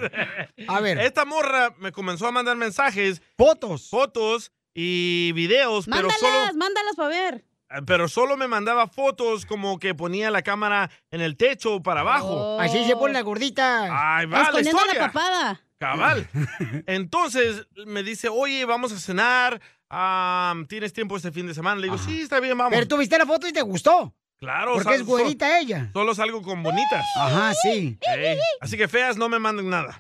a ver. Esta morra me comenzó a mandar mensajes. Fotos. Fotos y videos, mándalas, pero solo Ah, mándalas para ver. pero solo me mandaba fotos como que ponía la cámara en el techo para abajo. Así se pone la gordita. Ahí va la Oh. Escondiendo la, historia. papada. Cabal. Entonces me dice, oye, vamos a cenar. am, ¿Tienes tiempo este fin de semana? Le digo, sí, está bien, vamos. Pero tú viste la foto y te gustó. Claro, Porque es sal- güerita ella. Solo salgo con bonitas. Ajá, sí. Ey, Así que feas no me manden nada.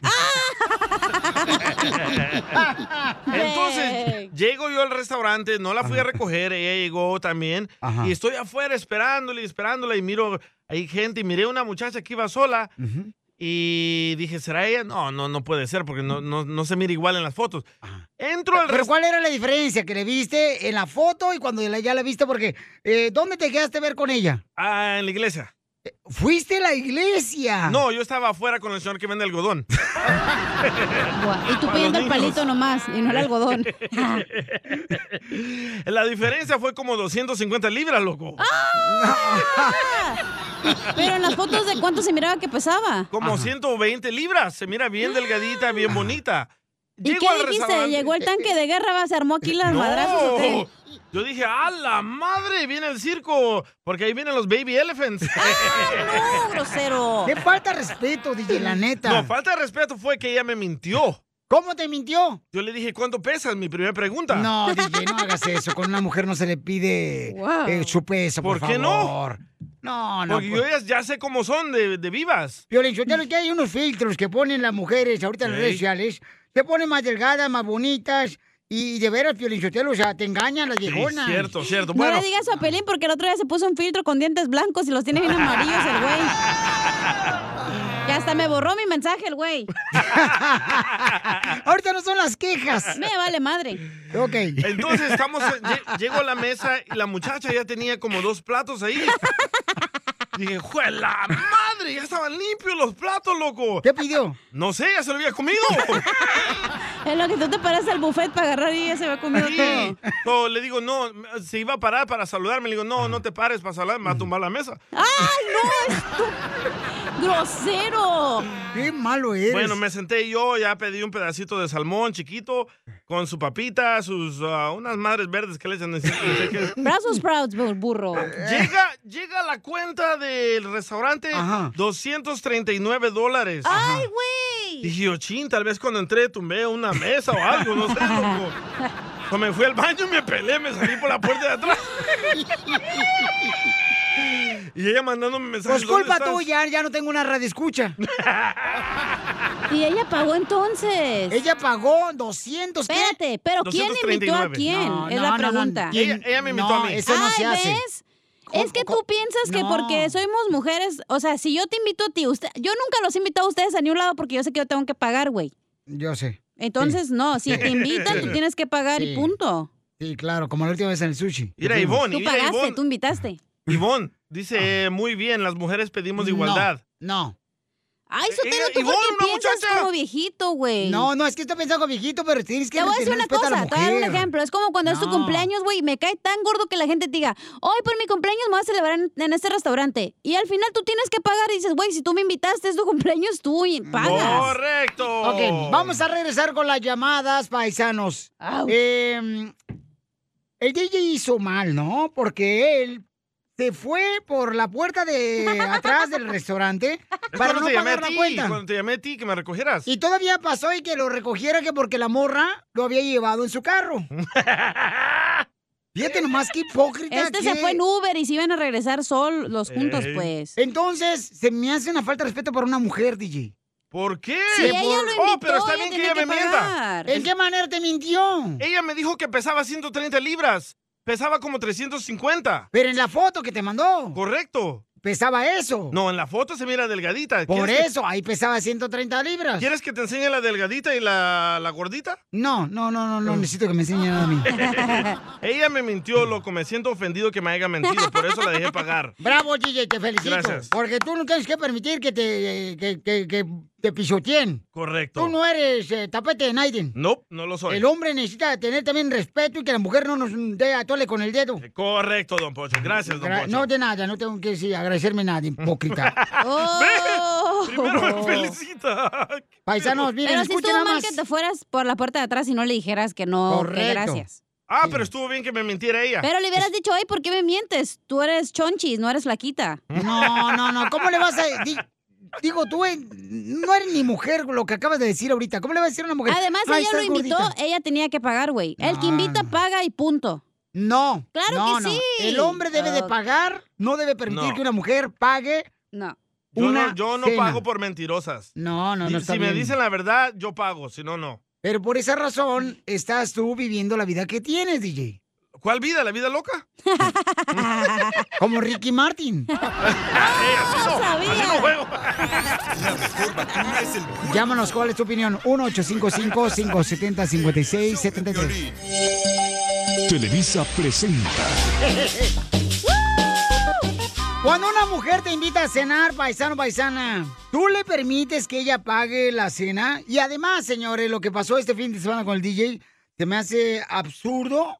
Entonces, llego yo al restaurante, no la fui a recoger, ella llegó también. Ajá. Y estoy afuera esperándola y esperándola y miro, hay gente y miré una muchacha que iba sola. Y dije, ¿será ella? No, no, no puede ser porque no, no, no se mira igual en las fotos. Entro al Pero ¿cuál era la diferencia que le viste en la foto y cuando la- ya la viste? Porque, eh, ¿dónde te quedaste a ver con ella? Ah, en la iglesia. ¿Fuiste a la iglesia? No, yo estaba afuera con el señor que vende algodón. Y tú Para pidiendo los niños. el palito nomás y no el algodón. La diferencia fue como 250 libras, loco. Ah, Pero en las fotos de cuánto se miraba que pesaba. Como 120 libras. Se mira bien delgadita, Ah. bien bonita. ¿Y Llego qué al dijiste? restaurante. ¿Llegó el tanque de guerra? va? ¿Se armó aquí las No. madrazos o qué? Yo dije, ¡a la madre! Viene el circo, porque ahí vienen los baby elephants. Ah, no, grosero! ¡Qué falta de respeto, DJ, la neta! No, falta de respeto fue que ella me mintió. ¿Cómo te mintió? Yo le dije, ¿cuánto pesas? Mi primera pregunta. No, DJ, no hagas eso. Con una mujer no se le pide Wow. eh, su peso, por, ¿Por qué favor. No, no. Porque yo ya, ya sé cómo son de, de vivas. Piolín, Sotelo, que hay unos filtros que ponen las mujeres ahorita en las Ey. redes sociales. Se ponen más delgadas, más bonitas. Y de veras, Piolín, Sotelo, o sea, te engañan las viejonas. cierto, cierto. No le digas a Pelín porque el otro día se puso un filtro con dientes blancos y los tiene bien amarillos el güey. Y hasta me borró mi mensaje el güey. Ahorita no son las quejas. Me vale madre. Ok. Entonces estamos, eh, lle- llego a la mesa y la muchacha ya tenía como dos platos ahí. Dije, ¡juela madre! Ya estaban limpios los platos, loco. ¿Qué pidió? No sé, ya se lo había comido. Es lo que tú te paras al buffet para agarrar y ella se va comiendo todo. Sí. No, le digo, no, se iba a parar para saludarme. Le digo, no, no te pares para saludarme, me va a tumbar la mesa. ¡Ay, no! ¡Grosero! ¡Qué malo eres! Bueno, me senté yo, ya pedí un pedacito de salmón chiquito con su papita, sus ah, unas madres verdes que le echan. Brazos sprouts, bur- burro. Llega, llega la cuenta del restaurante, 239 dólares. ¡Ay, güey! Dije, yo, chin, tal vez cuando entré tumbé una mesa o algo, no sé, loco. Cuando me fui al baño, me pelé, me salí por la puerta de atrás. Y ella mandándome mensajes. Pues culpa "¿Dónde estás?". tuya, ya no tengo una radio escucha. ¿Y ella pagó entonces? Ella pagó 200. ¿qué? Espérate, pero ¿quién invitó a quién? No, es no, la no, no, pregunta. ¿quién? No, Eso no Ay, se hace. ¿ves? Es que tú piensas que no. porque somos mujeres, o sea, si yo te invito a ti, usted, yo nunca los invito a ustedes a ningún lado porque yo sé que yo tengo que pagar, güey. Yo sé. Entonces, no, si te invitan, tú tienes que pagar y Sí. punto. Sí, claro, como la última vez en el sushi. Mira, Nos fuimos. Ivonne, Tú mira, pagaste, Ivonne. tú invitaste. Ivonne dice, muy bien, las mujeres pedimos igualdad. No. Ay, Sotelo, Ella- tú Ivonne, porque una piensas muchacha. como viejito, güey. No, no, es que está pensando con viejito, pero tienes que Te voy a decir tener una respeto la cosa, te voy a dar un mujer. ejemplo. Es como cuando es tu No. cumpleaños, güey, y me cae tan gordo que la gente te diga, hoy por mi cumpleaños me voy a celebrar en, en este restaurante. Y al final tú tienes que pagar y dices, güey, si tú me invitaste, es tu cumpleaños, tú y pagas. Correcto. Oh. Ok, vamos a regresar con las llamadas, paisanos. Eh, el DJ hizo mal, ¿no? Porque él se fue por la puerta de atrás del restaurante Es para cuando no te llamé a pagar la ti, cuenta. Cuando te llamé a ti, que me recogieras. Y todavía pasó y que lo recogiera que porque la morra lo había llevado en su carro. Fíjate nomás qué hipócrita. Este se qué- fue en Uber y se iban a regresar sol los juntos, Ey. pues. Entonces, se me hace una falta de respeto para una mujer, DJ. ¿Por qué? Sí, ella por- lo oh, pero invitó, está ella bien que tiene ella que me pagar. mienta. ¿En qué manera te mintió? Ella me dijo que pesaba 130 libras. Pesaba como 350. Pero en la foto que te mandó. Correcto. Pesaba eso. No, en la foto se mira delgadita. Por ¿Quieres que- eso, ahí pesaba 130 libras. ¿Quieres que te enseñe la delgadita y la, la gordita? No, no, no, no, no necesito que me enseñen nada a mí. ella me mintió, loco. Me siento ofendido que me haya mentido. Por eso la dejé pagar. Bravo, DJ, te felicito. Gracias. Porque tú no tienes que permitir que te, que, que- que te pisoteen. Correcto. Tú no eres eh, tapete de Naiden. No, no lo soy. El hombre necesita tener también respeto y que la mujer no nos dé a tole con el dedo. Correcto, don Pocho. Gracias, don Gra- Pocho. No, de nada, no tengo que decir, agradecerme nada, hipócrita. Oh. Primero me felicita. Paisanos, miren, Pero si escuchen estuvo nada mal más. que te fueras por la puerta de atrás y no le dijeras que no, que Correcto. gracias. Ah, pero estuvo bien que me mintiera ella. Pero le hubieras dicho, ay, ¿por qué me mientes? Tú eres chonchis, no eres flaquita. No, no, no, ¿cómo le vas a...? di- digo, tú eh, no eres ni mujer lo que acabas de decir ahorita. ¿Cómo le vas a decir a una mujer? Además, "Ay, ella estás lo invitó, Eh, gordita"? Ah. ella tenía que pagar, güey. El que invita, paga y punto. No. Claro no, que no. sí. El hombre debe de Ok. pagar, no debe permitir No. que una mujer pague. No. Yo una no, yo no cena. pago por mentirosas. No, no, no Si- está si me bien. dicen la verdad, yo pago. Si no, no. Pero por esa razón estás tú viviendo la vida que tienes, DJ. ¿Cuál vida? ¿La vida loca? Como Ricky Martin. no, Ah, eh, así no juego. Llámanos, ¿cuál es tu opinión? 1-855-570-5673. Televisa presenta Cuando una mujer te invita a cenar, paisano, paisana, ¿tú le permites que ella pague la cena? Y además, señores, lo que pasó este fin de semana con el DJ se me hace absurdo,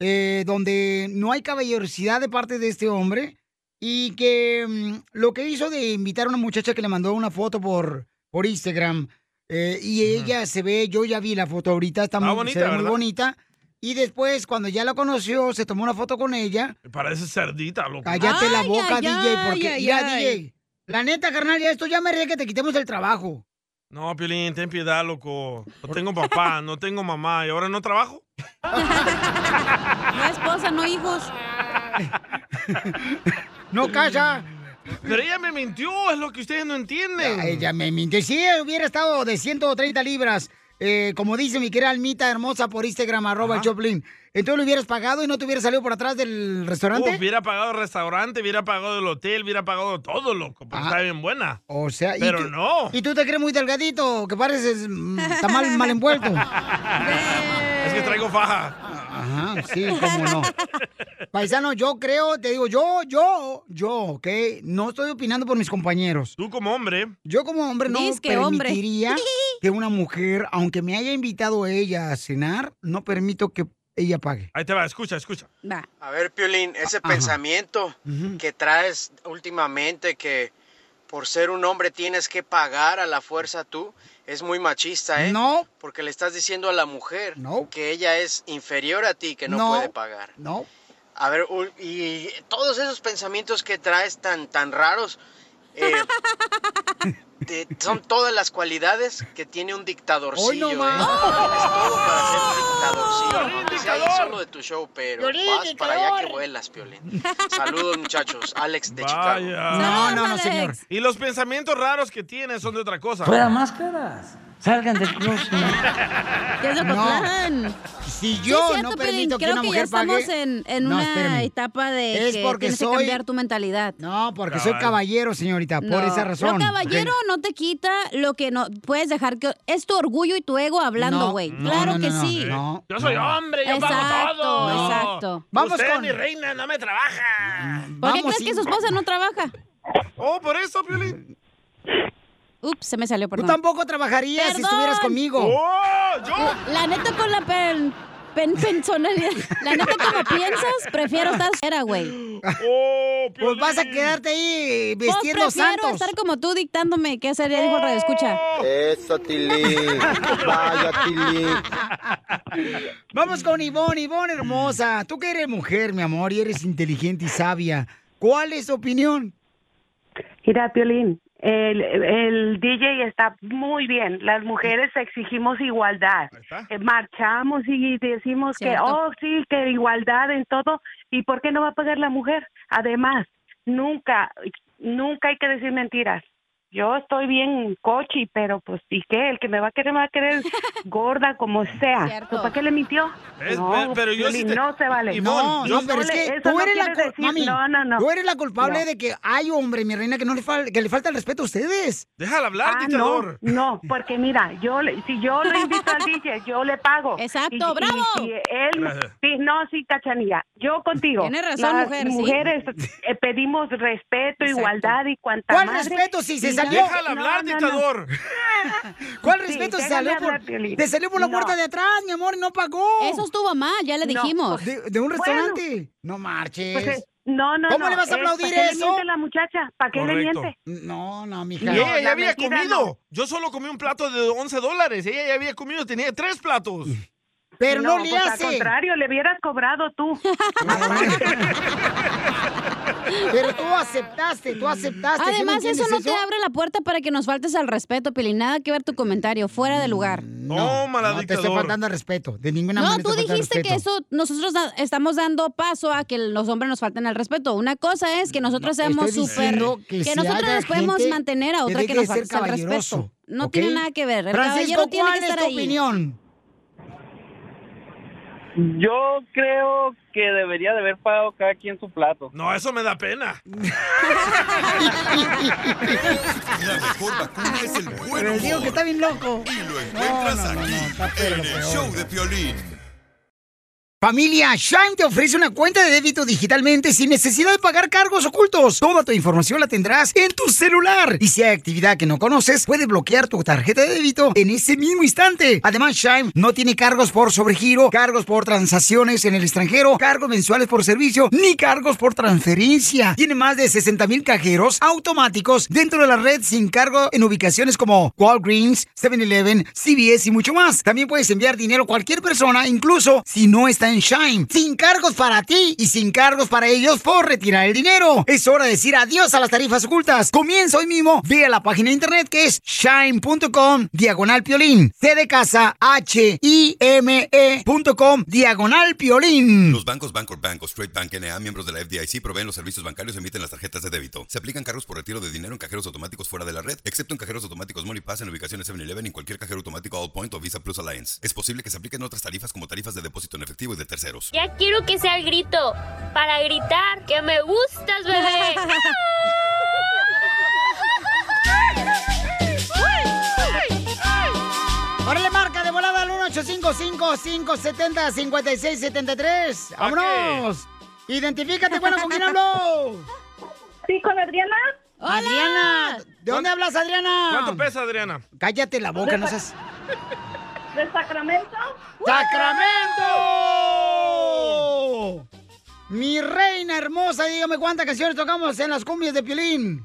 eh, donde no hay caballerosidad de parte de este hombre y que mm, lo que hizo de invitar a una muchacha que le mandó una foto por, por Instagram eh, y ella se ve, yo ya vi la foto ahorita, está, Está muy, bonita, se ve muy ¿verdad? bonita. Y después, cuando ya la conoció, se tomó una foto con ella. Parece cerdita, loco. Cállate la boca, DJ, porque ay, mira, ay. DJ. La neta, carnal, ya esto ya merece que te quitemos el trabajo. No, Piolín, ten piedad, loco. No tengo papá, no tengo mamá y ahora no trabajo. No esposa, no hijos. No casa. Pero ella me mintió, es lo que ustedes no entienden. Ella me mintió. Si ella hubiera estado de 130 libras eh, como dice mi querida Almita hermosa por Instagram, arroba el Choplin, entonces lo hubieras pagado y no te hubieras salido por atrás del restaurante. Uh, hubiera pagado el restaurante, hubiera pagado el hotel, hubiera pagado todo, loco. Ah. Pero está bien buena. O sea, y Pero tú- no. Y tú te crees muy delgadito, que pareces mm, está mal, mal envuelto. Es que traigo faja. Ajá, sí, cómo no. Paisano, yo creo, te digo, yo, yo, yo, ¿ok? No estoy opinando por mis compañeros. Tú como hombre. Yo como hombre no Dizque hombre. permitiría que una mujer, aunque me haya invitado ella a cenar, no permito que ella pague. Ahí te va, escucha, escucha. A ver, Piolín, ese pensamiento que traes últimamente que por ser un hombre tienes que pagar a la fuerza tú, es muy machista, ¿eh? No. Porque le estás diciendo a la mujer No. que ella es inferior a ti, que no, No. puede pagar. No. A ver, ul- y todos esos pensamientos que traes tan, tan raros, eh, te- son todas las cualidades que tiene un dictadorcillo, Hoy no ¿eh? más. Tienes todo para ser un dictadorcillo. No te sé ahí dictador. solo de tu show, pero Piolín, vas para allá que dictador. vuelas, Piolín. Saludos, muchachos. Alex de Chicago. No, no, no, señor. Y los pensamientos raros que tienes son de otra cosa. Fuera máscaras. Salgan del closet. ¿Qué es lo No. Si Sí, es yo cierto, no Pelín, permito que creo una que mujer ya estamos pague- en, en No, una espérame. etapa de Es que porque tienes soy- que cambiar tu mentalidad. No, porque soy Cabal. caballero, señorita, por esa Lo razón. caballero no te quita lo que no puedes dejar que es tu orgullo y tu ego hablando, No, güey. no, claro no, no, que no, sí. no. Yo soy hombre, yo pago Exacto, todo. exacto. Vamos Vamos Usted, con- mi reina, no me trabaja. ¿Por qué crees que su esposa no Mm, trabaja? Oh, por eso, Piolín. Ups, se me salió por Tú tampoco trabajarías si estuvieras conmigo. ¡Oh, Oh. La neta con la pen, pen- personalidad. La neta como piensas, prefiero estar soltera, güey. pues vas a quedarte ahí Pues vistiendo prefiero santos. Oh, estar como tú dictándome qué hacer, ya dijo el radio, escucha. Eso, Tilín. Vaya, Tilín. Vamos con Ivonne, Ivonne hermosa. Tú que eres mujer, mi amor, y eres inteligente y sabia. ¿Cuál es tu opinión? Mira, Piolín, el, el DJ está muy bien. Las mujeres exigimos igualdad. Eh, Marchamos y decimos Cierto. que, oh, sí, que igualdad en todo. ¿Y por qué no va a pagar la mujer? Además, nunca, nunca hay que decir mentiras. Yo estoy bien cochi, pero pues, ¿y qué? El que me va a querer, me va a querer gorda como sea. Cierto. ¿Pues ¿Para qué le mintió? Es- no, pe- pero yo sí Piolín, te- no se vale. Ivonne, no, yo- no Pero es le- que eso tú no eres la quiere culpable. decir- no, no, no. Tú eres la culpable No. de que hay hombre, mi reina, que no le, fal- que le falta el respeto a ustedes. Déjala hablar, Ah, dictador. No, no, porque mira, yo le- si yo lo invito al DJ, yo le pago. Exacto, bravo. él, Gracias. sí, no, sí, cachanilla. Yo contigo. Tiene razón, las mujer, sí. mujeres eh, pedimos respeto, igualdad y cuanta ¿Cuál madre, respeto si se y salió? no- no, no, no. ¿Cuál Sí, respeto si déjame salió por, hablar, Piolín. te salió por la No. puerta de atrás, mi amor, y no pagó? Eso estuvo mal, ya le No. dijimos. De, de un Bueno. restaurante. no marches. Pues, eh, no, no, ¿Cómo no, le vas a es, aplaudir ¿para qué eso? le miente la muchacha? ¿Para qué le Correcto. miente? No, no, Y mija. ella ya había comido. Yo solo comí un plato de 11 dólares. Ella ya había comido, tenía tres platos. pues, Al contrario, le hubieras cobrado tú. Pero tú aceptaste, tú aceptaste. ¿sí me Además, eso entiendes no te abre la puerta para que nos faltes al respeto, Pelín. Nada que ver tu comentario, fuera de lugar. Mm, No, no te estoy faltando al respeto, de ninguna No, manera. tú te falta al dijiste que respeto. eso, nosotros da- estamos dando paso a que los hombres nos falten al respeto. Una cosa es que nosotros No, seamos estoy súper. diciendo que Que, si nosotros haya nos podemos gente mantener que a otra que, deje de nos ser falte al respeto. caballeroso, No ¿ok? tiene nada que ver. El Francisco, caballero tiene que ¿cuál es estar tu ahí. opinión? Yo creo que debería de haber pagado cada quien su plato. No, eso me da pena. La mejor vacuna es el buen Pero digo que humor. está bien loco. Lo encuentras aquí, en el show de Piolín. Familia, Shine te ofrece una cuenta de débito digitalmente sin necesidad de pagar cargos ocultos. Toda tu información la tendrás en tu celular. Y si hay actividad que no conoces, puedes bloquear tu tarjeta de débito en ese mismo instante. Además, Shine no tiene cargos por sobregiro, cargos por transacciones en el extranjero, cargos mensuales por servicio, ni cargos por transferencia. Tiene más de 60 mil cajeros automáticos dentro de la red sin cargo en ubicaciones como Walgreens, 7-Eleven, CVS y mucho más. También puedes enviar dinero a cualquier persona, incluso si no está en Sunshine. Sin cargos para ti y sin cargos para ellos por retirar el dinero. Es hora de decir adiós a las tarifas ocultas. Comienza hoy mismo vía la página de internet que es shine.com diagonal piolín. C de casa H I M E.com diagonal piolín. Los bancos Bancorp Bank o Straight Bank NA, miembros de la FDIC, proveen los servicios bancarios y emiten las tarjetas de débito. Se aplican cargos por retiro de dinero en cajeros automáticos fuera de la red, excepto en cajeros automáticos MoneyPass en ubicaciones 7-Eleven y en cualquier cajero automático All Point o Visa Plus Alliance. Es posible que se apliquen otras tarifas como tarifas de depósito en efectivo y de terceros. Ya quiero que sea el grito para gritar que me gustas, bebé. Órale, marca de volada al 1855-570-5673. ¡Vámonos! Identifícate, bueno, ¿con quién hablo? Sí, con Adriana. Adriana, ¿de dónde hablas, Adriana? ¿Cuánto pesa, Adriana? Cállate la boca, no seas... ¿De Sacramento? ¡Sacramento! Mi reina hermosa, dígame cuántas canciones tocamos en las cumbias de Piolín.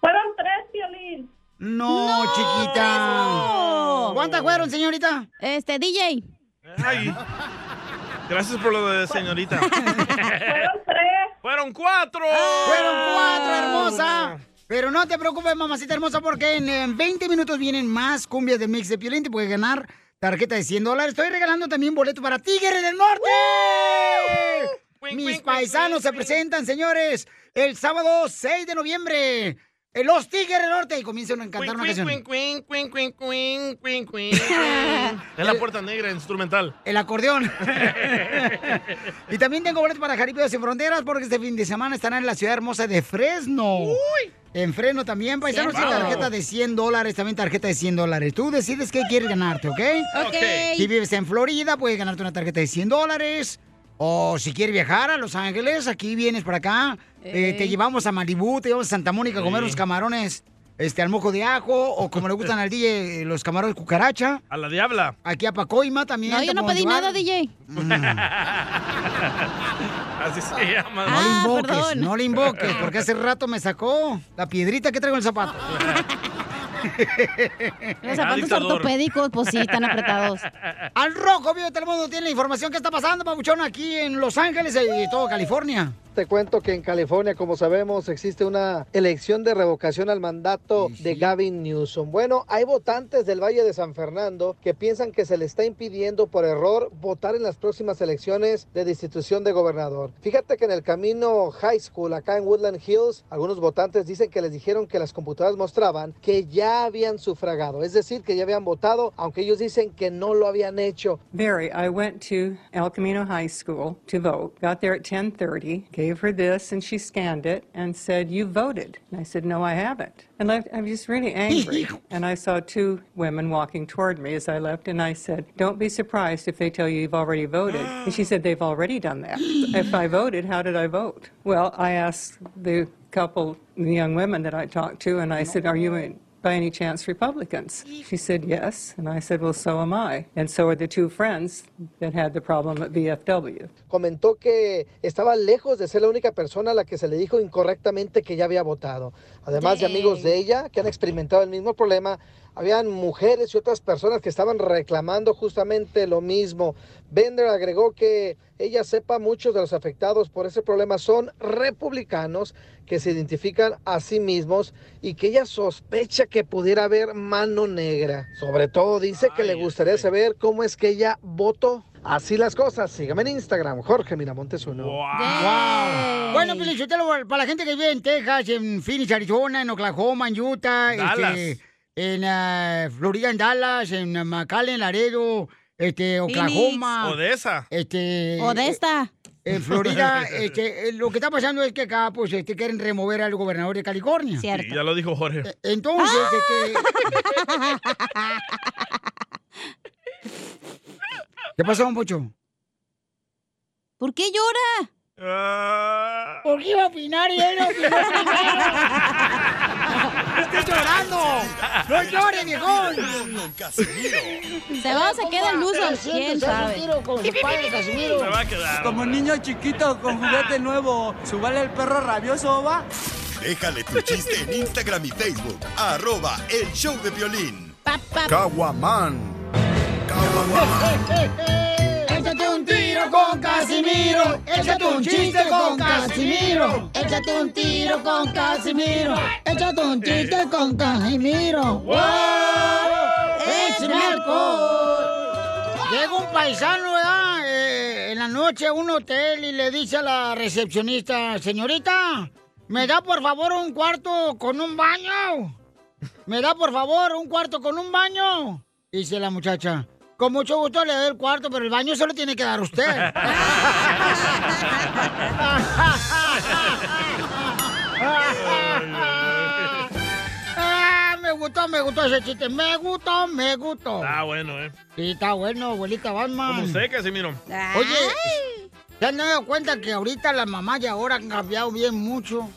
Fueron tres, Piolín. No, No, chiquita. no. ¿Cuántas fueron, señorita? ¡Oh! Este, DJ. Ay. Gracias por lo de señorita. ¡Fueron cuatro! Ah. Fueron cuatro, hermosa. Pero no te preocupes, mamacita hermosa, porque en, eh, 20 minutos vienen más cumbias de Mix de Piolín. Te puedes ganar tarjeta de 100 dólares. Estoy regalando también boleto para Tigres del Norte. Mis paisanos se presentan, señores, el sábado 6 de noviembre. Eh, Los Tigres del Norte. Y comienzan a cantar una canción. Queen, queen, queen, queen, queen, queen. Es la puerta negra instrumental. El acordeón. y también tengo boletos para Jaripeo Sin Fronteras porque este fin de semana estarán en la ciudad hermosa de Fresno. En Fresno también, paisanos, y Cierto. tarjeta de 100 dólares, también tarjeta de 100 dólares. Tú decides qué quieres ganarte, ¿ok? Ok. Si vives en Florida, puedes ganarte una tarjeta de 100 dólares. O si quieres viajar a Los Ángeles, aquí vienes para acá. Eh, Ey. te llevamos a Malibú, te llevamos a Santa Mónica a comer Sí. unos camarones este, al mojo de ajo. O como le gustan al DJ, eh, los camarones cucaracha. A la diabla. Aquí a Pacoima también. No, te yo no podemos pedí llevar. nada, DJ. Así Ah, se llama. No Ah, le invoques, no le invoques, porque hace rato me sacó la piedrita que traigo en el zapato. Los zapatos ortopédicos, pues sí, están apretados. Al rojo, vivo de Telemundo, tiene la información que está pasando, papuchón, aquí en Los Ángeles y todo California. Te cuento que en California, como sabemos, existe una elección de revocación al mandato de Gavin Newsom. Bueno, hay votantes del Valle de San Fernando que piensan que se le está impidiendo por error votar en las próximas elecciones de destitución de gobernador. Fíjate que en el camino High School, acá en Woodland Hills, algunos votantes dicen que les dijeron que las computadoras mostraban que ya habían sufragado, es decir, que ya habían votado, aunque ellos dicen que no lo habían hecho. Barry, I went to El Camino High School to vote. Got there at 10:30, gave her this, and she scanned it and said, "You voted." And I said, "No, I haven't." And left, I was really angry. and I saw two women walking toward me as I left, and I said, "Don't be surprised if they tell you you've already voted." And she said, "They've already done that. if I voted, how did I vote?" Well, I asked the couple, the young women that I talked to, and I said, "Are you in?" by any chance Republicans? She said, yes. And I said, well, so am I. And so are the two friends that had the problem at VFW. comentó que estaba lejos de ser la única persona a la que se le dijo incorrectamente que ya había votado. Además de Dang. amigos de ella que han experimentado el mismo problema, habían mujeres y otras personas que estaban reclamando justamente lo mismo. Bender agregó que ella sepa muchos de los afectados por ese problema son republicanos que se identifican a sí mismos y que ella sospecha que pudiera haber mano negra. Sobre todo dice que le gustaría saber cómo es que ella votó. Así las cosas. Sígame en Instagram, Jorge Miramontes uno. Wow. Bueno, Piolín Sotelo, para la gente que vive en Texas, en Phoenix, Arizona, en Oklahoma, en Utah, Dallas. este, en eh, Florida, en Dallas, en eh, McAllen, Laredo, este, Phoenix. Oklahoma. Odessa. Este, Odessa. eh, En Florida, este, eh, lo que está pasando es que acá, pues, este, quieren remover al gobernador de California. E, Sí, ya lo dijo Eh, Jorge. Entonces, este... ¿Qué pasó, don Pocho? ¿Por qué llora? Ah. ¿Por qué iba a opinar y él no opinó primero? ¡Estoy llorando! ¡No llores, viejón! Se va o se queda el muso, Está haciendo, quién se hace un sabe. tiro con su padre, Casimiro. Se va a quedar. Como niño chiquito con juguete nuevo, subale el perro rabioso, va. Déjale tu chiste en Instagram y Facebook. Arroba El Show de Violín. Pa, pa. Caguaman. Échate un tiro tiro con Casimiro. Échate un chiste con Casimiro. Échate un tiro con Casimiro. Échate un chiste con Casimiro. ¡Wow! ¡Échame alcohol! Llega un paisano, ¿verdad? Eh, en la noche a un hotel y le dice a la recepcionista, señorita, ¿me da por favor un cuarto con un baño? ¿Me da por favor un cuarto con un baño? Dice la muchacha, con mucho gusto le doy el cuarto, pero el baño se lo tiene que dar usted. Ah, me gustó, me gustó ese chiste. Me gustó, me gustó. Ah, bueno, ¿eh? Sí, está bueno, abuelita Batman. Como usted, Casimiro. Oye, ¿se han dado cuenta que ahorita las mamás ya ahora han cambiado bien mucho?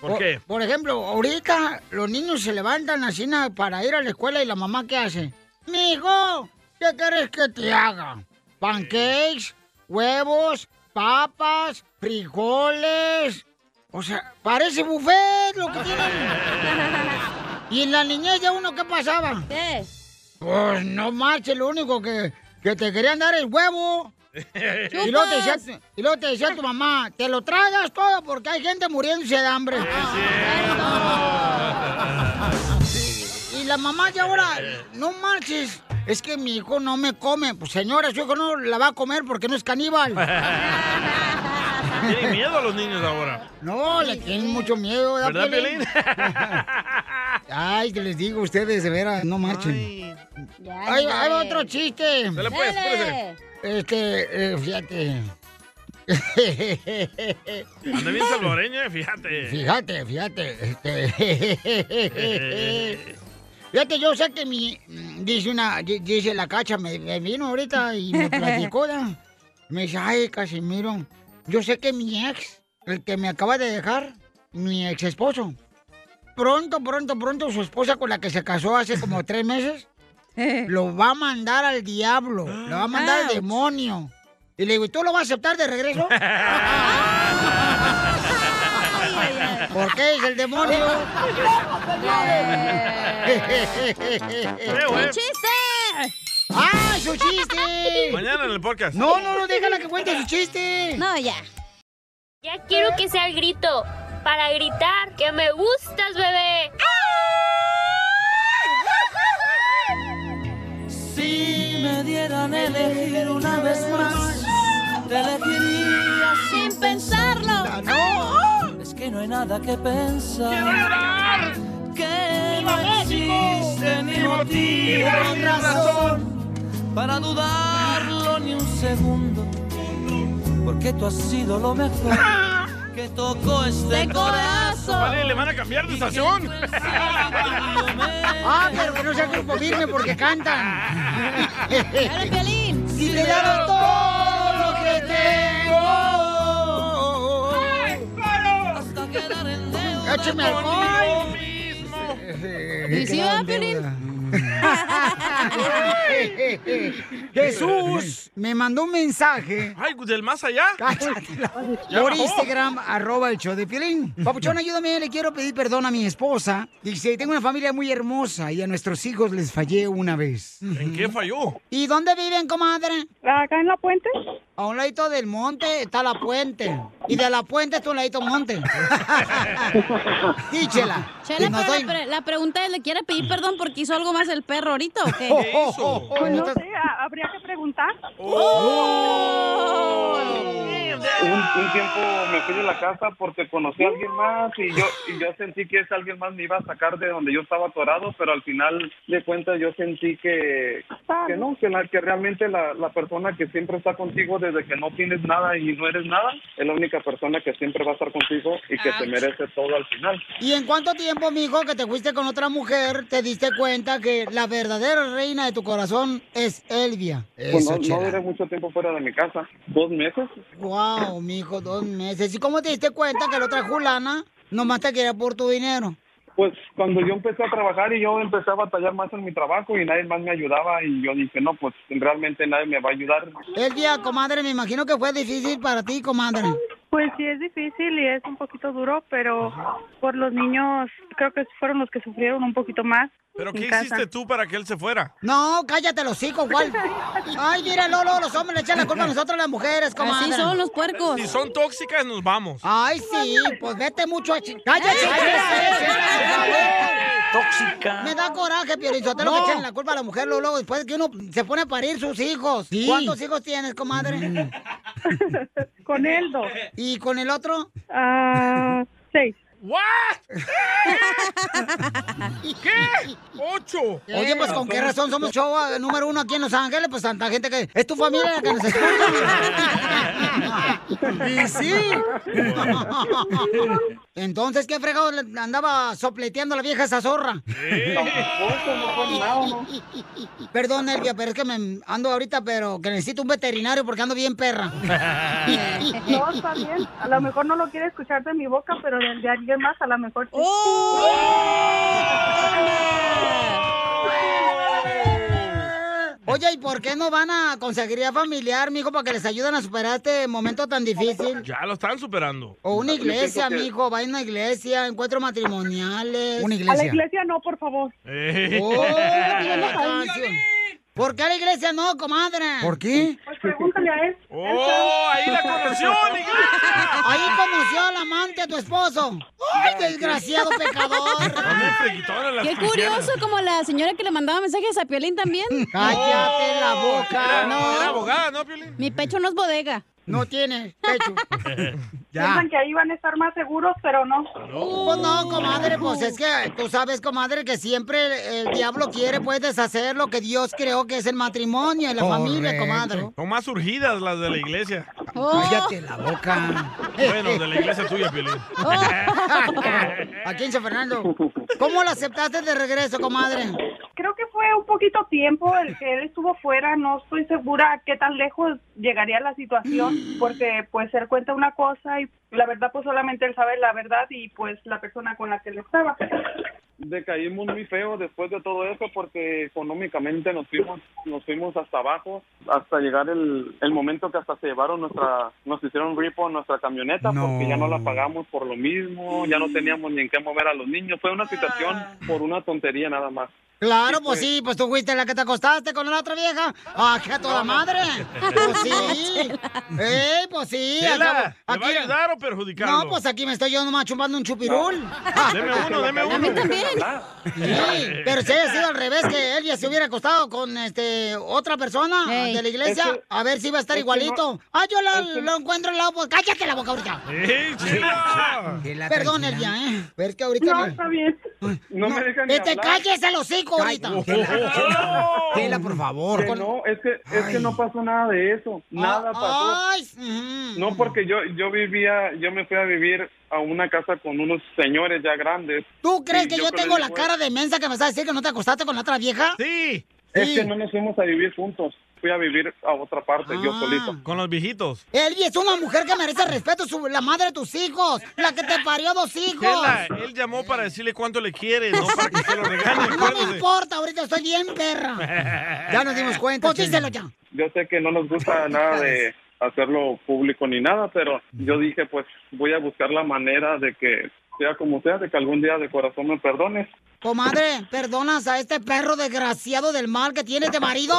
¿Por qué? Por ejemplo, ahorita los niños se levantan así na- para ir a la escuela y la mamá ¿qué hace? Mijo, ¿qué quieres que te haga? Pancakes, huevos, papas, frijoles. O sea, parece buffet lo que tienen. ¿Y en la niñez de uno qué pasaba? ¿Qué? Pues no marches, lo único que, que te querían dar es huevo. Y luego, te decía, y luego te decía tu mamá, te lo tragas todo porque hay gente muriéndose de hambre. Ah, Y la mamá ya ahora, no marches. Es que mi hijo no me come. Pues señora, su hijo no la va a comer porque no es caníbal. Tienen miedo a los niños ahora. No, le tienen mucho miedo. ¿Verdad, Piolín? Ay, que les digo a ustedes, de veras, no marchen. Ahí, ahí va otro chiste. Dale, pues, Dale. Este, eh, fíjate. Anda bien salvadoreña, fíjate. Fíjate, fíjate. Este... Fíjate, yo sé que mi. Dice una. di- Dice la cacha, me, me vino ahorita y me platicó. ¿da? Me dice, ay, Casimiro. Yo sé que mi ex, el que me acaba de dejar, mi ex esposo. Pronto, pronto, pronto, su esposa con la que se casó hace como tres meses, lo va a mandar al diablo. Lo va a mandar al demonio. Y le digo, ¿y tú lo vas a aceptar de regreso? ¿Por qué es el demonio? ¡Un chiste! ¡Ah, su chiste! Mañana en el podcast. No, no, no, déjala que cuente su chiste. No, ya. Ya quiero que sea el grito para gritar que me gustas, bebé. Si me dieran a elegir una vez más, te elegiría sin pensarlo. Es que no hay nada que pensar. Que no existe ni motivo ni razón para dudarlo ni un segundo. Porque tú has sido lo mejor que tocó este corazón. Vale, le van a cambiar de estación. Ah, pero que no sea grupo firme porque cantan. Si te dieron todo lo que tengo. Hasta quedar en deuda Écheme conmigo alcohol. mismo. ¿Y si va, Piolín? Jesús me mandó un mensaje. Ay, pues, del más allá. Cállate la boca. Ya Por bajó. Instagram, arroba el show de Piolín. Papuchón, ayúdame, le quiero pedir perdón a mi esposa. Dice, tengo una familia muy hermosa y a nuestros hijos les fallé una vez. ¿En qué falló? ¿Y dónde viven, comadre? Acá en La Puente. A un ladito del monte está La Puente. Y de La Puente está un ladito monte. Sí, Chela. Chela, Y no pero soy- la, pre- la pregunta es, ¿le quiere pedir perdón porque hizo algo más el perro ahorita o qué? ¿Qué hizo? Pues no sé, a- habría que preguntar. Un, un tiempo me fui de la casa porque conocí a alguien más y yo, y yo sentí que ese alguien más me iba a sacar de donde yo estaba atorado, pero al final de cuentas yo sentí que, que no, que, la- que realmente la, la persona que siempre está contigo desde que no tienes nada y no eres nada, es la única persona que siempre va a estar contigo y que te merece todo al final. ¿Y en cuánto tiempo, mijo, que te fuiste con otra mujer, te diste cuenta que la verdadera reina de tu corazón es Elvia? Pues Eso, no, no Chela. duré mucho tiempo fuera de mi casa, dos meses. Wow, mijo, dos meses. ¿Y cómo te diste cuenta que la otra Julana nomás te quería por tu dinero? Pues cuando yo empecé a trabajar y yo empecé a batallar más en mi trabajo y nadie más me ayudaba y yo dije, no, pues realmente nadie me va a ayudar. Elvia, comadre, me imagino que fue difícil para ti, comadre. Pues sí, es difícil y es un poquito duro, pero por los niños creo que fueron los que sufrieron un poquito más. ¿Pero en qué casa. hiciste tú para que él se fuera? No, cállate los hijos, ¿cuál? Ay, mira, no, no, los hombres le echan la culpa a nosotros las mujeres, comadre. puercos. Si son tóxicas, nos vamos. Ay, sí, pues vete mucho a... chi- ¡Cállate! ¡Eh! cállate, cállate! Tóxica. Me da coraje, Piolizotelo, No. que echen la culpa a la mujer luego, luego, después que uno se pone a parir sus hijos. Sí. ¿Cuántos hijos tienes, comadre? con él dos. ¿Y con el otro? Ah, seis. ¿Qué? ¡Ocho! Ah. Oye, pues con qué razón somos show ah, número uno aquí en Los Ángeles, pues tanta gente que. Es tu familia la que nos escucha. y sí. Entonces, ¿qué fregado le andaba sopleteando la vieja esa zorra? Perdón, Nervia, pero es que me ando ahorita, pero que necesito un veterinario porque ando bien perra. No, está bien. A lo mejor no lo quiere escuchar de mi boca, pero de, de alguien más a lo mejor sí. ¡Oh! ¡Oh! Oye, ¿y por qué no van a consejería familiar, mijo, para que les ayuden a superar este momento tan difícil? Ya lo están superando. O una iglesia, amigo. mijo, va a una iglesia, encuentros matrimoniales. Una iglesia. A la iglesia no, por favor. Eh. ¿Por qué a la iglesia no, comadre? ¿Por qué? Pues pregúntale a él. ¡Oh! ¡Ahí la conoció, Ahí conoció al amante a tu esposo. ¡Ay, desgraciado pecador! Qué curioso, como la señora que le mandaba mensajes a Piolín también. ¡Cállate la boca! Era, no. era abogada, ¿no, Piolín? Mi pecho no es bodega. No tiene pecho. Piensan que ahí van a estar más seguros, pero no. Pues no, comadre, pues es que tú sabes, comadre, que siempre el diablo quiere, pues, deshacer lo que Dios creó que es el matrimonio y la familia, comadre. Oh. Son más urgidas las de la iglesia. Cállate la boca. Bueno, de la iglesia tuya, Piolín. Oh. Aquí en San Fernando. ¿Cómo lo aceptaste de regreso, comadre? Creo que fue un poquito tiempo el que él estuvo fuera, no estoy segura qué tan lejos llegaría la situación, porque pues él cuenta una cosa y la verdad pues solamente él sabe la verdad y pues la persona con la que él estaba. Decaímos muy feo después de todo eso porque económicamente nos fuimos, nos fuimos hasta abajo, hasta llegar el, el momento que hasta se llevaron nuestra, nos hicieron repo en nuestra camioneta porque ya no la pagamos por lo mismo, ya no teníamos ni en qué mover a los niños, fue una situación por una tontería nada más. Claro, pues sí, pues tú fuiste la que te acostaste con la otra vieja. ¡Ah, que a toda madre! Pues sí. ¡Ey, pues sí! Chela, ¿le acabo- va a ayudar o perjudicarlo? No, pues aquí me estoy yo nomás chupando un chupirul. Deme uno, deme uno. A mí también. Ah, Sí, pero si haya sido al revés, que él ya se hubiera acostado con este otra persona de la iglesia, Es que- a ver si iba a estar es que igualito. no- ah, yo la- es que- lo encuentro al lado, pues cállate la boca ahorita. ¡Ey, Chela! Perdón, el ya, ¿eh? Pero es que ahorita... No, me- está bien. No, me dejan ni que te hablar. calles el hocico ahorita. Tela, por favor. no, es que, es que no pasó nada de eso. Ah. Nada pasó. Ay, mm. No, porque yo, yo vivía, yo me fui a vivir a una casa con unos señores ya grandes. ¿Tú crees Y que yo, con tengo él la fue- cara de mensa que me vas a decir que no te acostaste con la otra vieja? Sí. Es que no nos fuimos a vivir juntos. Fui a vivir a otra parte, Ah. yo solito. Con los viejitos. Elvi es una mujer que merece respeto, su- la madre de tus hijos, la que te parió dos hijos. Chela, él llamó para decirle cuánto le quiere, no para que se lo regale. No me importa, ahorita estoy bien perra. Ya nos dimos cuenta. Pues díselo ya. Yo sé que no nos gusta nada de hacerlo público ni nada, pero yo dije, pues voy a buscar la manera de que sea como sea, de que algún día de corazón me perdones. Comadre, ¿perdonas a este perro desgraciado del mal que tiene de marido?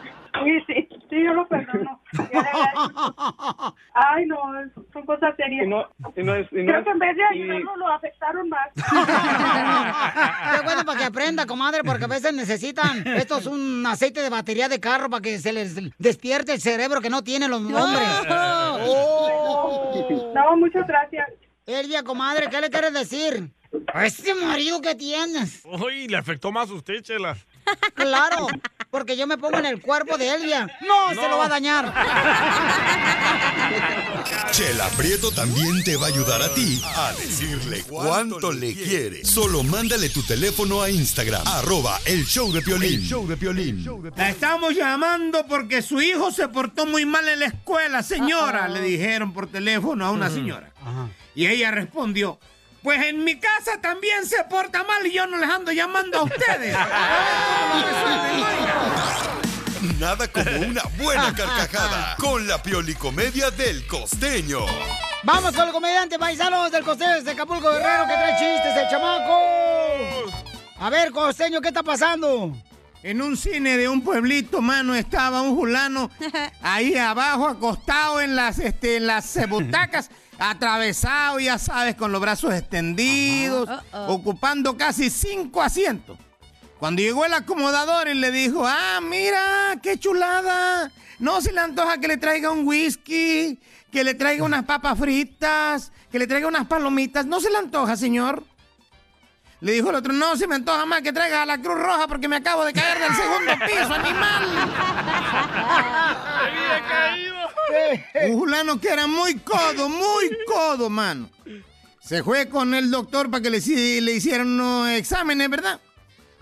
Sí, sí, sí, yo lo perdono. Ay, no, son cosas serias. Y no, y no es, y no Creo es- que en vez de y- ayudarlo lo afectaron más. Qué bueno para que aprenda, comadre, porque a veces necesitan. Esto es un aceite de batería de carro para que se les despierte el cerebro que no tienen los hombres. Oh. No, muchas gracias. Elvia, comadre, ¿qué le quieres decir? A este marido que tienes. Uy, le afectó más a usted, Chela. Claro, porque yo me pongo en el cuerpo de Elvia. No, se lo va a dañar. Chela Prieto también te va a ayudar a ti a decirle cuánto le quiere. Solo mándale tu teléfono a Instagram, arroba el show de Piolín. show de Piolín. La estamos llamando porque su hijo se portó muy mal en la escuela, señora, Ah, Uh-oh. le dijeron por teléfono a una Mm. señora. Y ella respondió, pues en mi casa también se porta mal y yo no les ando llamando a ustedes. A ver cómo lo resuelven, oiga. Nada como una buena carcajada con la piolicomedia del costeño. Vamos con el comediante paisanos del costeo de Acapulco Guerrero que trae chistes, el chamaco. A ver, costeño, ¿qué está pasando? En un cine de un pueblito, mano, estaba un fulano ahí abajo, acostado en las, este, en las eh, butacas, atravesado, ya sabes, con los brazos extendidos, Uh-oh. ocupando casi cinco asientos. Cuando llegó el acomodador y le dijo, ah, mira, qué chulada. No se le antoja que le traiga un whisky, que le traiga unas papas fritas, que le traiga unas palomitas. No se le antoja, señor. Le dijo el otro, no se me antoja más que traiga a la Cruz Roja porque me acabo de caer del segundo piso, animal. Un fulano que era muy codo, muy codo, mano. Se fue con el doctor para que le, hici- le hicieran unos exámenes, ¿verdad?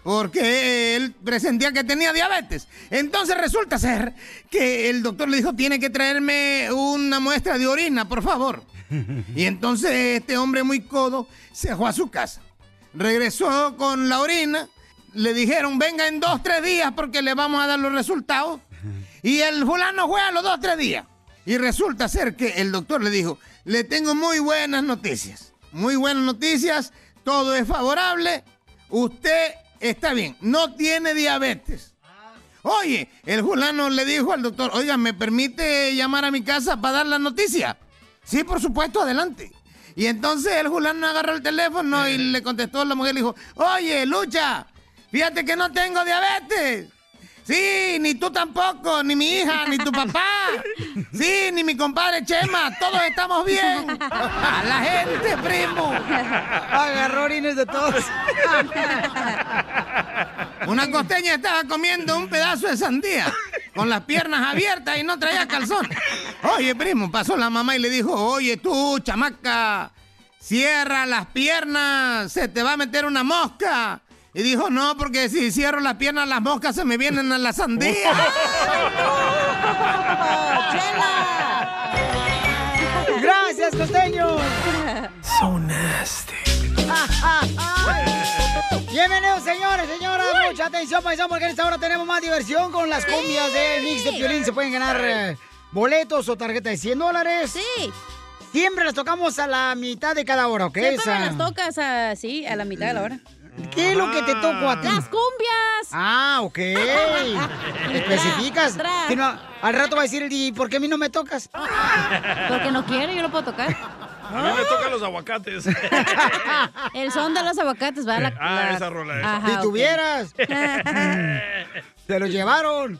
Porque él presentía que tenía diabetes. Entonces resulta ser que el doctor le dijo, tiene que traerme una muestra de orina, por favor. Y entonces este hombre muy codo se fue a su casa. Regresó con la orina. Le dijeron, venga en dos, tres días porque le vamos a dar los resultados. Y el fulano fue a los dos, tres días. Y resulta ser que el doctor le dijo, le tengo muy buenas noticias. Muy buenas noticias, todo es favorable. Usted está bien, no tiene diabetes. Oye, el fulano le dijo al doctor, oiga, ¿me permite llamar a mi casa para dar la noticia? Sí, por supuesto, adelante. Y entonces el fulano agarró el teléfono y le contestó a la mujer y le dijo, oye, Lucha, fíjate que no tengo diabetes. Sí, ni tú tampoco, ni mi hija, ni tu papá. Sí, ni mi compadre Chema, todos estamos bien. A la gente, primo. Agarró orines de todos. Una costeña estaba comiendo un pedazo de sandía con las piernas abiertas y no traía calzón. Oye, primo, pasó la mamá y le dijo, oye tú, chamaca, cierra las piernas, se te va a meter una mosca. Y dijo, no, porque si cierro las piernas, las moscas se me vienen a la sandía. Gracias, costeño. So nasty. Bienvenidos, señores, señoras. Mucha atención, paisano, porque en esta hora tenemos más diversión con las cumbias del mix de violín. Se pueden ganar eh, boletos o tarjeta de 100 dólares. Sí. Siempre las tocamos a la mitad de cada hora, ¿ok? Siempre Esa- me las tocas así, a la mitad de la hora. ¿Qué es lo que te toco a ti? Las cumbias. Ah, ok. Especificas. Si no, al rato va a decir el DJ, ¿por qué a mí no me tocas? Porque no quiere, yo lo puedo tocar. A mí Ah. me tocan los aguacates. El son de los aguacates, va la, Ah, la- esa rola es. Ajá, si ok. tuvieras. Se lo llevaron.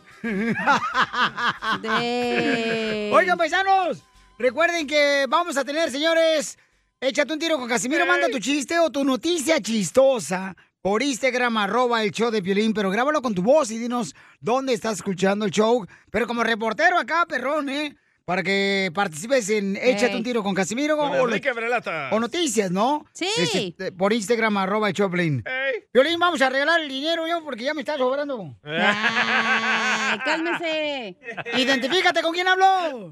De- Oigan, paisanos, recuerden que vamos a tener, señores, échate un tiro con Casimiro, manda tu chiste o tu noticia chistosa por Instagram, arroba el show de Piolín, pero grábalo con tu voz y dinos dónde estás escuchando el show, pero como reportero acá, perrón, ¿eh? Para que participes en Échate Ey. un tiro con Casimiro Con o- o, Enrique Brelata. o noticias, ¿no? Sí. Este, por Instagram, arroba el show de Piolín. Piolín, vamos a arreglar el dinero yo porque ya me está sobrando. Eh. Ay, cálmese. Identifícate, ¿con quién habló?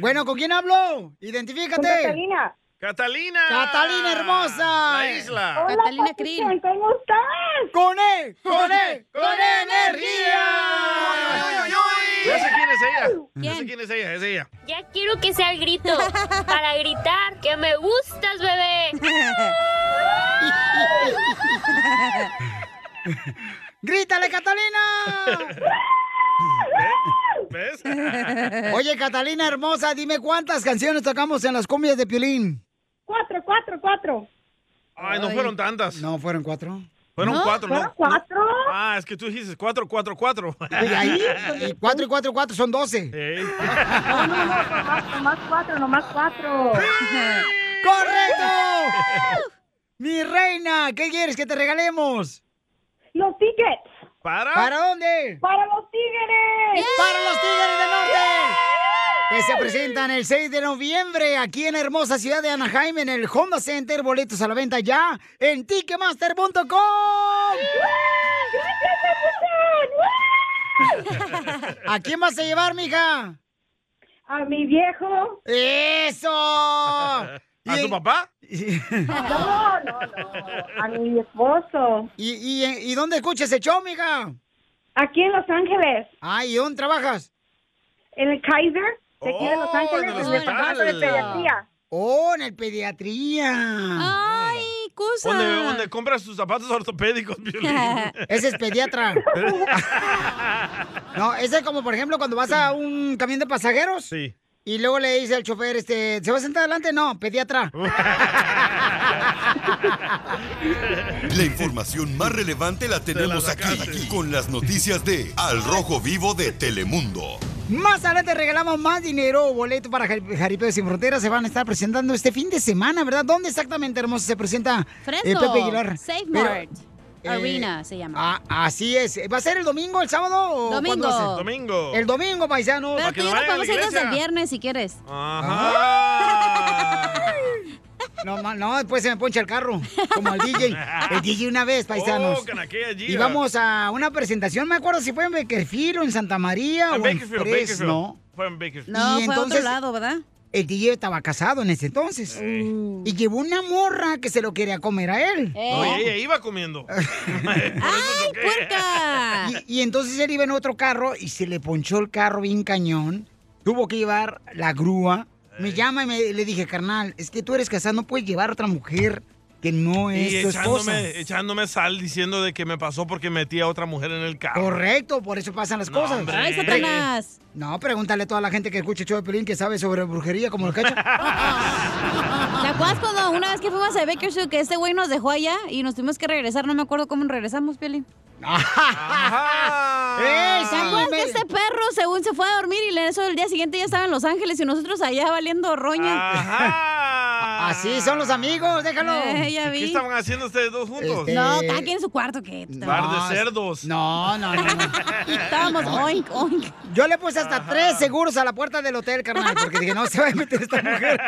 Bueno, ¿con quién habló? Identifícate. Con Catalina. Catalina. Catalina hermosa. La isla. Catalina Krill. ¿Cómo estás? Con él, con él, con energía. Ya sé quién es ella. Ya sé quién es ella, es ella. Ya quiero que sea el grito para gritar que me gustas, bebé. ¡Grítale, Catalina! ¿Ves? Oye, Catalina hermosa, dime cuántas canciones tocamos en las cumbias de Piolín. Cuatro, cuatro, cuatro. Ay, no fueron tantas. No, fueron cuatro. Fueron No, cuatro, fueron ¿no? cuatro. Ah, es que tú dijiste cuatro, cuatro, cuatro. Y ahí, y cuatro y cuatro y cuatro son doce. No, no, no, nomás, nomás cuatro, nomás cuatro. ¡Correcto! Mi reina, ¿qué quieres que te regalemos? Los tickets. ¿Para? ¿Para dónde? ¡Para los tigres! ¡Para los tigres del norte! Que se presentan el 6 de noviembre aquí en la hermosa ciudad de Anaheim en el Honda Center. Boletos a la venta ya en Ticketmaster.com. ¿A quién vas a llevar, mija? A mi viejo. ¡Eso! ¿A tu papá? No, no, no. A mi esposo. ¿Y, y, y dónde escuchas el show, mija? Aquí en Los Ángeles. Ah, ¿y dónde trabajas? En el Kaiser, de aquí de Los Oh, Ángeles, en el en el hospital. departamento de pediatría. Oh, en el pediatría. Ay, cosa. Donde, donde compras tus zapatos ortopédicos, Piolín. Ese es pediatra. No, ese es como, por ejemplo, cuando vas a un camión de pasajeros. Sí. Y luego le dice al chofer, este, ¿se va a sentar adelante? No, pediatra. La información más relevante la tenemos aquí, aquí, con las noticias de Al Rojo Vivo de Telemundo. Más adelante regalamos más dinero, boleto para Jar- Jaripeo Sin Fronteras. Se van a estar presentando este fin de semana, ¿verdad? ¿Dónde exactamente, hermosa, se presenta eh, Fresno. Pepe Aguilar? Safe Pero, Mart. eh, Arena se llama. Ah, así es. ¿Va a ser el domingo, el sábado? o Domingo. cuándo va a ser? Domingo. El domingo, paisanos. Pero tú y yo nos podemos ir desde el viernes si quieres. No, ma- no, después se me poncha el carro, como al DJ. El DJ una vez, paisanos. Oh, canaquea, Gira. y vamos a una presentación, me acuerdo si fue en Bakerfield o en Santa María En Ah, o en Bakersfield, Bakersfield. Fresno. Fue en Bakersfield. Y entonces, El DJ estaba casado en ese entonces. Y llevó una morra que se lo quería comer a él. No, ¿Eh? y ella iba comiendo. Ah, ¡Ay, puerca! Y, y entonces él iba en otro carro y se le ponchó el carro bien cañón. Tuvo que llevar la grúa. Me llama y me- le dije, carnal, es que tú eres casado, no puedes llevar a otra mujer que no es Y tu esposa. echándome, echándome sal diciendo de que me pasó porque metí a otra mujer en el carro. Correcto, por eso pasan las cosas. hombre. Ay, Satanás. No, pregúntale a toda la gente que escucha el show de Pelín que sabe sobre brujería como el cacho. Ah. ¿Te acuerdas cuando una vez que fuimos a Bakersfield que este güey nos dejó allá y nos tuvimos que regresar? No me acuerdo cómo regresamos, Piolín. Ah. ¡Ey, ¿Te acuerdas que este perro según se fue a dormir y le- eso el día siguiente ya estaba en Los Ángeles y nosotros allá valiendo roña? Así son los amigos, déjalo. Este, Eh, ya ¿Y ¿Qué vi. estaban haciendo ustedes dos juntos? Eh, No, está aquí en su cuarto que Par de cerdos. No, no, no. estábamos oink, oink. Yo le puse hasta tres seguros a la puerta del hotel, carnal, porque dije, no se va a meter esta mujer.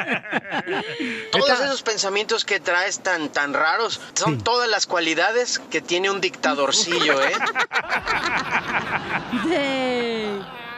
Todos esos pensamientos que traes tan, tan raros son todas las cualidades que tiene un dictadorcillo, ¿eh?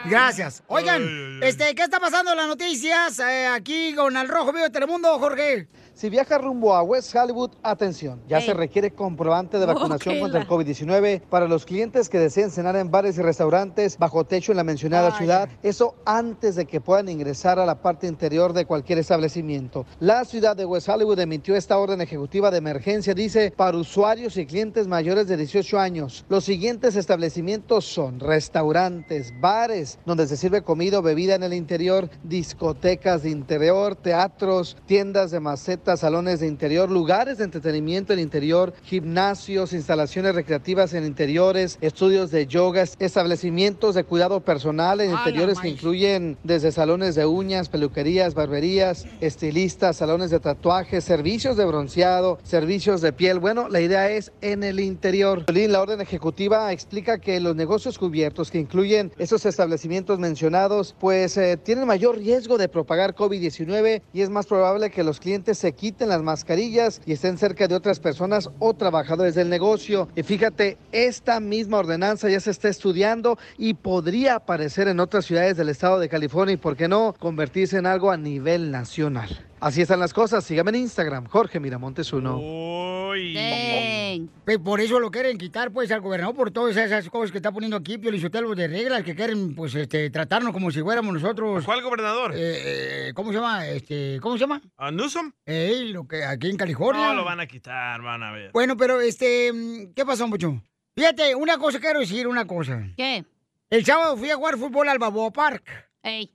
Gracias. Oigan, este, ¿qué está pasando en las noticias? Eh, aquí con Al Rojo Vivo de Telemundo, Jorge. Si viaja rumbo a West Hollywood, atención, ya Ey. se requiere comprobante de Oh, vacunación qué contra el la- COVID-19 para los clientes que deseen cenar en bares y restaurantes bajo techo en la mencionada ciudad, eso antes de que puedan ingresar a la parte interior de cualquier establecimiento. La ciudad de West Hollywood emitió esta orden ejecutiva de emergencia, dice, para usuarios y clientes mayores de 18 años. Los siguientes establecimientos son restaurantes, bares, donde se sirve comida o bebida en el interior, discotecas de interior, teatros, tiendas de macetas, salones de interior, lugares de entretenimiento en interior, gimnasios, instalaciones recreativas en interiores, estudios de yoga, establecimientos de cuidado personal en la interiores que maíz. incluyen desde salones de uñas, peluquerías, barberías, estilistas, salones de tatuajes, servicios de bronceado, servicios de piel. Bueno, la idea es en el interior. La orden ejecutiva explica que los negocios cubiertos que incluyen esos establecimientos mencionados, pues eh, tienen mayor riesgo de propagar COVID-19 y es más probable que los clientes se quiten las mascarillas y estén cerca de otras personas o trabajadores del negocio. Y fíjate, esta misma ordenanza ya se está estudiando y podría aparecer en otras ciudades del estado de California y, ¿por qué no?, convertirse en algo a nivel nacional. Así están las cosas. Sígame en Instagram, Jorge Miramontes 1. Pues por eso lo quieren quitar, pues, al gobernador, por todas esas cosas que está poniendo aquí, Pio Lizotelo, pues, de reglas que quieren, pues, este, tratarnos como si fuéramos nosotros. ¿Cuál gobernador? Eh, eh, ¿Cómo se llama? Este, ¿Cómo se llama? ¿A Newsom? Eh, lo que aquí en California. No, lo van a quitar, van a ver. Bueno, pero este, mm, ¿qué pasó, mucho? Fíjate, una cosa quiero decir, una cosa. ¿Qué? El sábado fui a jugar fútbol al Balboa Park.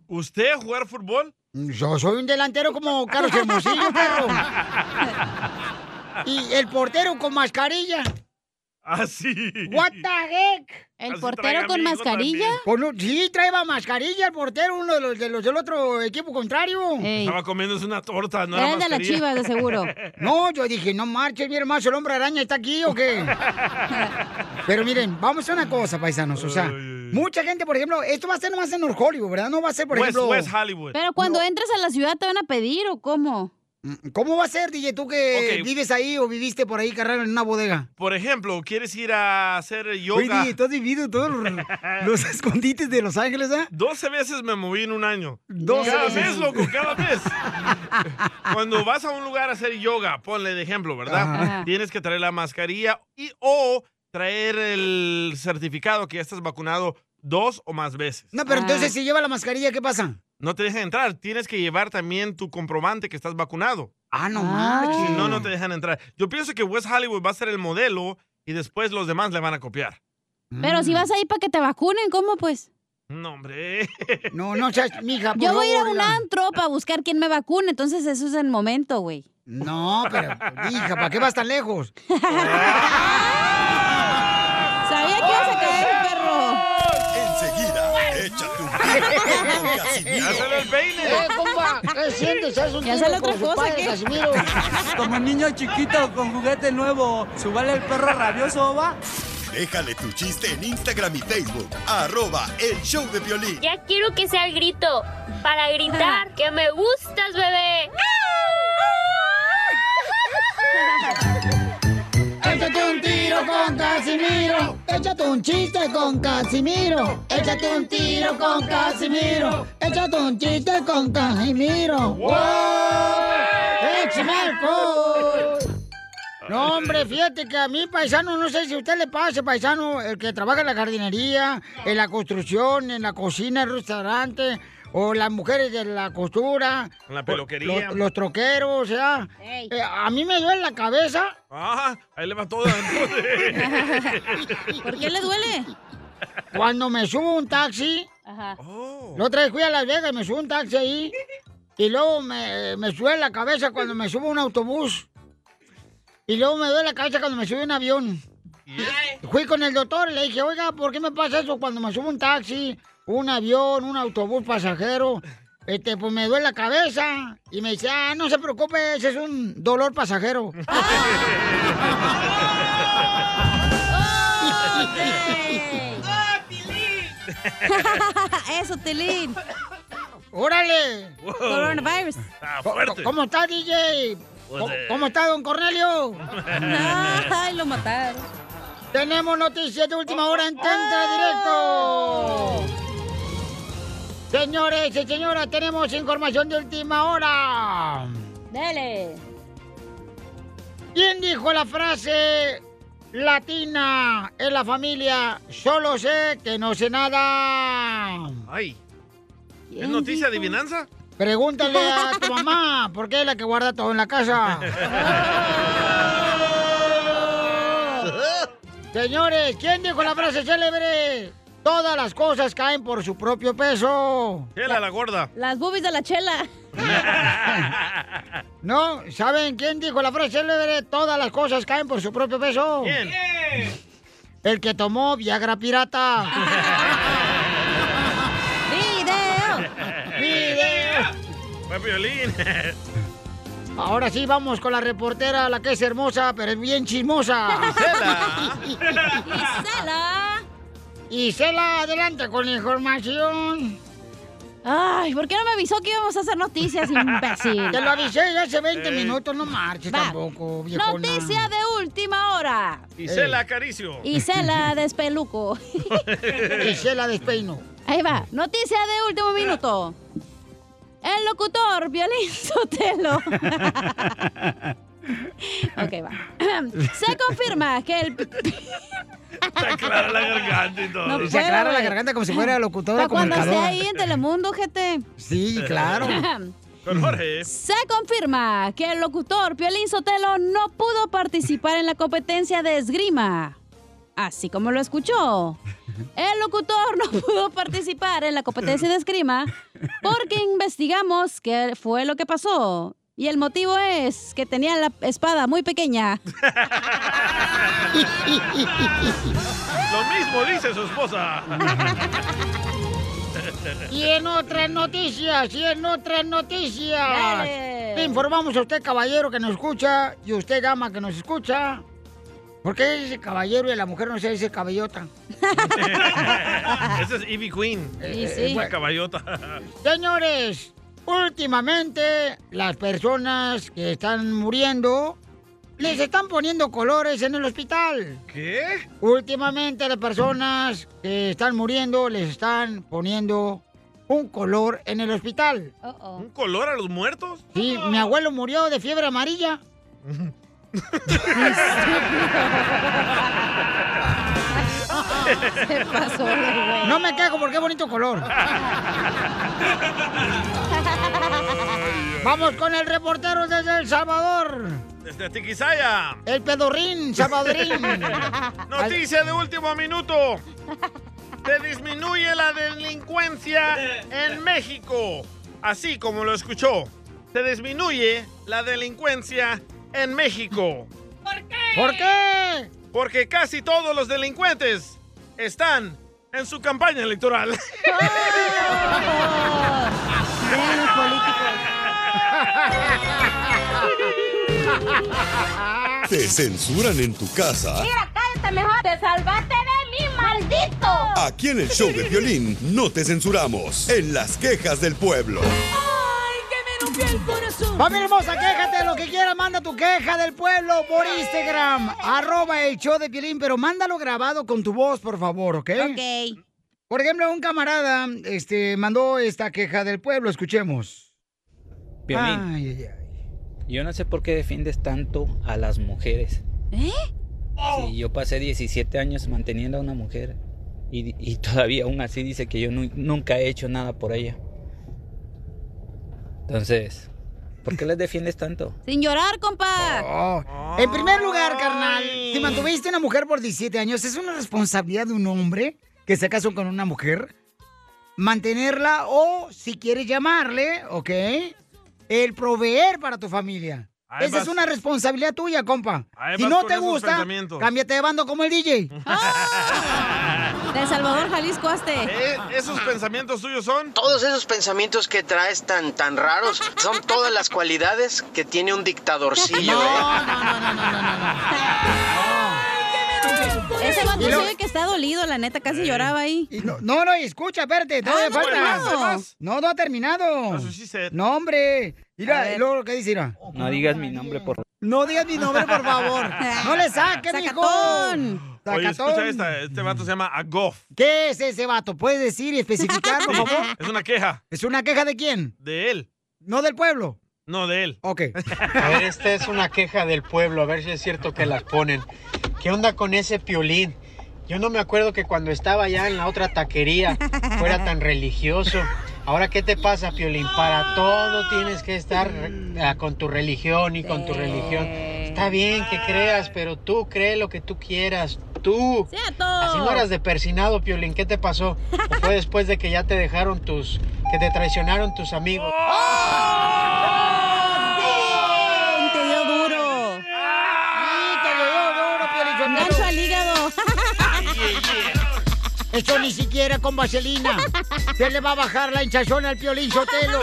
¿Usted jugar fútbol? Yo soy un delantero como Carlos Hermosillo, perro. Y el portero con mascarilla. Así. What the heck? ¿El Así portero trae con amigo mascarilla? también. Pues no, sí, traía mascarilla el portero, uno de los, de los del otro equipo contrario. Estaba comiéndose una torta, no era mascarilla. No, yo dije, no marches, mi hermano, el hombre araña está aquí o qué. Pero miren, vamos a una cosa, paisanos. O sea, mucha gente, por ejemplo, esto va a ser nomás en North Hollywood, ¿verdad? No va a ser, por ejemplo. Pero cuando entres a la ciudad, ¿te van a pedir o cómo? Mm, ¿Cómo va a ser, DJ, tú que Ok. vives ahí o viviste por ahí, carnal, en una bodega? Por ejemplo, ¿quieres ir a hacer Oye, yoga? DJ, ¿tú has vivido todos los, los escondites de Los Ángeles, ah? 12 veces me moví en un año. 12 cada veces. mes, loco, cada mes. Cuando vas a un lugar a hacer yoga, ponle de ejemplo, ¿verdad? Ajá. Tienes que traer la mascarilla y o traer el certificado que ya estás vacunado dos o más veces. No, Ah. pero entonces si lleva la mascarilla, ¿qué pasa? No te dejan entrar. Tienes que llevar también tu comprobante que estás vacunado. Ah, no Si manches. no, no te dejan entrar. Yo pienso que West Hollywood va a ser el modelo y después los demás le van a copiar. Pero si vas ahí para que te vacunen, ¿cómo pues? No, hombre. No, no seas, mija, por Yo voy a ir a favor, un ya. antro para buscar quién me vacune, entonces eso es el momento, güey. No, pero, hija, ¿para qué vas tan lejos? Sabía que ibas a caer, perro. Enseguida, échate un tiro con Casimiro. Hazle el peine! Eh, compa, ¿qué sientes? Haz un Ya tiro sale con otra su cosa, padre, ¿qué? Casimiro. Como niño chiquito con juguete nuevo, subale el perro rabioso, va. Déjale tu chiste en Instagram y Facebook. Arroba el show de violín. Ya quiero que sea el grito para gritar que me gustas, bebé. Échate un tiro con Casimiro. Échate un chiste con Casimiro. Échate un tiro con Casimiro. Échate un chiste con Casimiro. ¡Wow! ¡Échame alcohol! No, hombre, fíjate que a mí, paisano, no sé si a usted le pase, paisano, el que trabaja en la jardinería, en la construcción, en la cocina, el restaurante, o las mujeres de la costura. En la peluquería. Los, los troqueros, o sea. eh, a mí me duele la cabeza Ajá, Ah, ahí le va todo. ¿Por qué le duele? Cuando me subo a un taxi, Ajá. la otra vez fui a Las Vegas y me subo a un taxi ahí, y luego me, me duele la cabeza cuando me subo a un autobús, y luego me duele la cabeza cuando me subo a un avión. Fui con el doctor y le dije, oiga, ¿por qué me pasa eso cuando me subo a un taxi, un avión, un autobús pasajero? Este, pues me duele la cabeza. Y me dice, ah, no se preocupe, ese es un dolor pasajero. Eso, Telín. ¡Órale! Coronavirus. Está Ah, fuerte. ¿Cómo está, DJ? Pues, ¿Cómo- eh. ¿Cómo está, don Cornelio? Ay, lo mataron. Tenemos noticias de última hora en Tantra Directo. Señores y señoras, tenemos información de última hora. Dele. ¿Quién dijo la frase latina en la familia? Solo sé que no sé nada. Ay. ¿Es noticia adivinanza? Pregúntale a tu mamá, porque es la que guarda todo en la casa. Señores, ¿quién dijo la frase célebre? Todas las cosas caen por su propio peso. Chela la gorda. Las boobies de la chela. ¿No? ¿Saben quién dijo la frase célebre? Todas las cosas caen por su propio peso. ¿Quién? El que tomó Viagra Pirata. ¡Video! ¡Video! Fue violín. Ahora sí vamos con la reportera, la que es hermosa, pero es bien chismosa. Gisela. Isela. Isela, adelante con la información. Ay, ¿por qué no me avisó que íbamos a hacer noticias, imbécil? Te lo avisé ya hace 20 minutos, no marches Va. tampoco, viejona. Noticia de última hora. Gisela Eh. Acaricio. Y se la despeluco. Isela despeino. Ahí va. Noticia de último minuto. El locutor Violín Sotelo. ok, va. Se confirma que el. Se aclara la garganta y todo. No Se aclara la güey. garganta como si fuera locutora Para o cuando esté comunicadora. ahí en Telemundo, gente. Sí, claro. Con Jorge. Se confirma que el locutor Piolín Sotelo no pudo participar en la competencia de esgrima. Así como lo escuchó. El locutor no pudo participar en la competencia de esgrima porque investigamos qué fue lo que pasó. Y el motivo es que tenía la espada muy pequeña. Lo mismo dice su esposa. Y en otras noticias, y en otras noticias. Dale. Le informamos a usted, caballero, que nos escucha, y usted, dama, que nos escucha. ¿Por qué dice caballero y a la mujer no se dice cabellota? Esa es Ivy Queen. Eh, Sí, sí. Es La caballota. Señores, últimamente las personas que están muriendo les están poniendo colores en el hospital. ¿Qué? Últimamente las personas que están muriendo les están poniendo un color en el hospital. ¿Un color a los muertos? Sí, mi abuelo murió de fiebre amarilla. Se pasó, güey. No me quejo porque qué bonito color. Vamos con el reportero desde El Salvador. Desde este, Tiquisaya. El pedorrín, salvadorín. Noticia de último minuto. Se disminuye la delincuencia en México. Así como lo escuchó. Se disminuye la delincuencia en México. ¿Por qué? ¿Por qué? Porque casi todos los delincuentes están en su campaña electoral. Vean los políticos. Te censuran en tu casa. Mira, cállate mejor. Te salvaste de mí, maldito. Aquí en el show de violín no te censuramos. En las quejas del pueblo. Familia hermosa, quéjate de lo que quieras, manda tu queja del pueblo por Instagram, arroba el show de Piolín, pero mándalo grabado con tu voz, por favor, ¿ok? Ok. Por ejemplo, un camarada este, mandó esta queja del pueblo, escuchemos. Piolín. Ay, ay, Yo no sé por qué defiendes tanto a las mujeres. ¿Eh? Si yo pasé 17 años manteniendo a una mujer y, y todavía aún así dice que yo nu- nunca he hecho nada por ella. Entonces, ¿por qué les defiendes tanto? Sin llorar, compa. Oh. En primer lugar, carnal, si mantuviste una mujer por 17 años, ¿es una responsabilidad de un hombre que se casó con una mujer? Mantenerla o, si quieres llamarle, ¿ok? El proveer para tu familia. Ahí Esa vas. es una responsabilidad tuya, compa. Ahí Si vas no con te esos gusta, pensamientos. cámbiate de bando como el DJ. Ah. De El Salvador, Jalisco, Azte. Eh, ¿Esos pensamientos tuyos son? Todos esos pensamientos que traes tan, tan raros son todas las cualidades que tiene un dictadorcillo. ¿eh? Ese vato Y se lo- ve que está dolido, la neta, casi lloraba ahí. No, no, y escucha, espérate, todavía Ah, no ha falta. terminado. No, no ha Ah, terminado. No, hombre. A Mira, ver. y luego lo que dice, mira. No digas mi nombre, por favor. No digas mi nombre, por favor. No le saques, mijo. Oye, escucha Sacatón. esta. Este vato se llama Agof. ¿Qué es ese vato? ¿Puedes decir y especificar, por Sí, favor? Es una queja ¿Es una queja de quién? de él. ¿No del pueblo? No, de él. Ok. A ver, esta es una queja del pueblo, a ver si es cierto que las ponen. ¿Qué onda con ese piolín? Yo no me acuerdo que cuando estaba allá en la otra taquería fuera tan religioso. Ahora, ¿qué te pasa, Piolín? Para todo tienes que estar eh, con tu religión y con tu religión. Está bien que creas, pero tú cree lo que tú quieras. Tú. Así no eras de persinado, Piolín. ¿Qué te pasó? ¿O fue después de que ya te dejaron tus... que te traicionaron tus amigos? Te dio duro. Sí, te dio duro, Piolichotero. Gancho al hígado. Eso ni siquiera con vaselina. Se le va a bajar la hinchazón al piolín sotelo.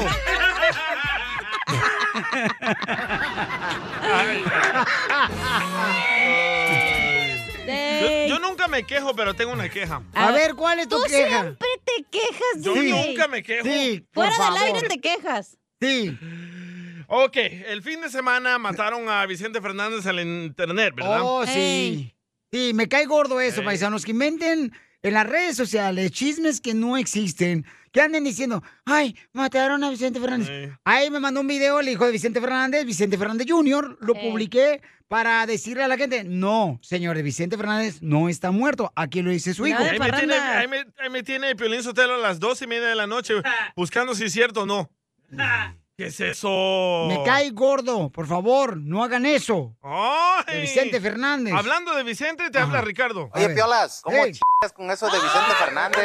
Yo, yo nunca me quejo, pero tengo una queja. A ver, ¿cuál es tu Tú queja? siempre te quejas, Yo DJ. nunca me quejo. Sí, Fuera del aire te quejas. Sí. Ok, el fin de semana mataron a Vicente Fernández en el internet, ¿verdad? Oh, sí. Sí, me cae gordo eso, paisanos, que inventen en las redes sociales chismes que no existen, que anden diciendo, ay, mataron a Vicente Fernández. Ahí me mandó un video el hijo de Vicente Fernández, Vicente Fernández Jr., lo publiqué para decirle a la gente, no, señor, Vicente Fernández no está muerto, aquí lo dice su hijo. Ahí me, tiene, ahí me- ahí me tiene Piolín Sotelo a las dos y media de la noche buscando si es cierto o no. ¿Qué es eso? Me cae gordo, por favor, no hagan eso. ¡Ay! De Vicente Fernández. Hablando de Vicente, te habla Ricardo. Oye, Piolas, ¿cómo chingas con eso de Vicente Fernández?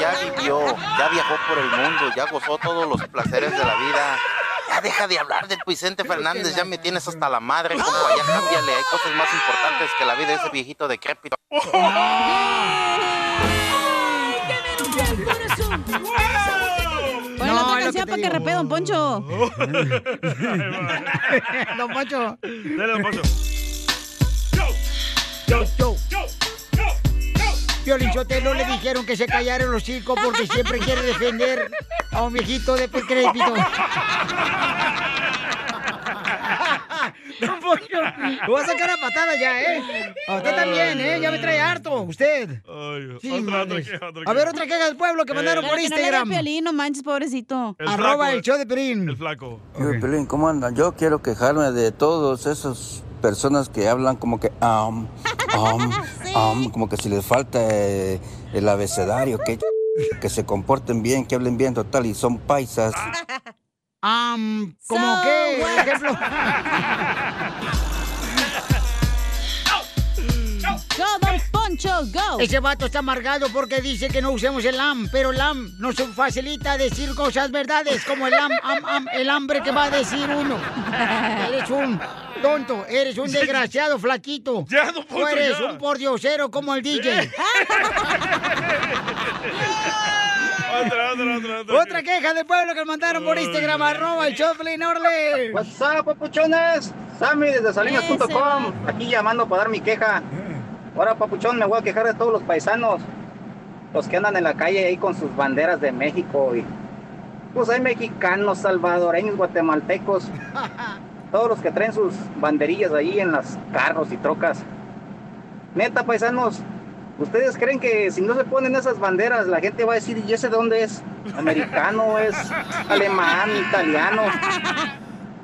Ya vivió, ya viajó por el mundo, ya gozó todos los placeres de la vida. Ya deja de hablar de Vicente Fernández, ya me tienes hasta la madre, compa, ya cámbiale, hay cosas más importantes que la vida de ese viejito decrépito. Ponle otra canción para que rapee, don Poncho. don Poncho. Dale, don Poncho. Yo, yo, Piolín Sotelo le dijeron que se callaron los chicos porque siempre quiere defender a un viejito de decrépito. Don Poncho, lo voy a sacar a patada ya, ¿eh? A usted también, ¿eh? Ya me trae harto, usted. Ay, Sí, otra, otra madres. queja, otra A ver, otra queja del pueblo Eh. que mandaron por Pero que no le dé Instagram. Piolín, no manches, pobrecito. El Arroba flaco, el show de Piolín. El flaco. Oye, Piolín, ¿cómo andan? Yo quiero quejarme de todos esos personas que hablan como que am, am, am, como que si les falta eh, el abecedario, que, que se comporten bien, que hablen bien, total, y son paisas. Am, ¿Cómo qué? Por ejemplo. Go, Don Poncho, go. Ese vato está amargado porque dice que no usemos el am, pero el am nos facilita decir cosas verdades, como el am, am, am, el hambre que va a decir uno. Eres un tonto, eres un desgraciado flaquito. Ya, Don Tú Poncho, eres ya. Eh. un pordiosero como el DJ. Otra, otra, otra, otra. Otra queja del pueblo que nos mandaron por Instagram, arroba el Choplin Orle. What's up, papuchones? Sammy desde Ese va. salinas.com, aquí llamando para dar mi queja. Ahora, papuchón, me voy a quejar de todos los paisanos, los que andan en la calle ahí con sus banderas de México. Y, pues hay mexicanos, salvadoreños, guatemaltecos, todos los que traen sus banderillas ahí en los carros y trocas. Neta, paisanos, ¿ustedes creen que si no se ponen esas banderas, la gente va a decir, ¿y ese de dónde es? ¿Americano? ¿Es alemán? ¿Italiano?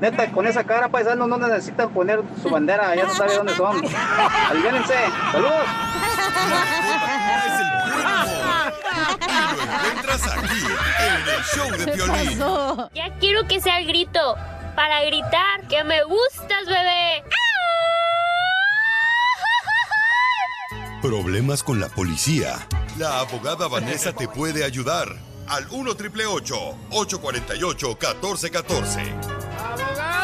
Neta, con esa cara, paisano, no necesitan poner su bandera, ya se sabe dónde son. Aliviánense. ¡Saludos! Entras aquí en el show de Piolín. Ya quiero que sea el grito para gritar que me gustas, bebé. Problemas con la policía. La abogada Vanessa te puede ayudar. Al 1 triple 848 1414.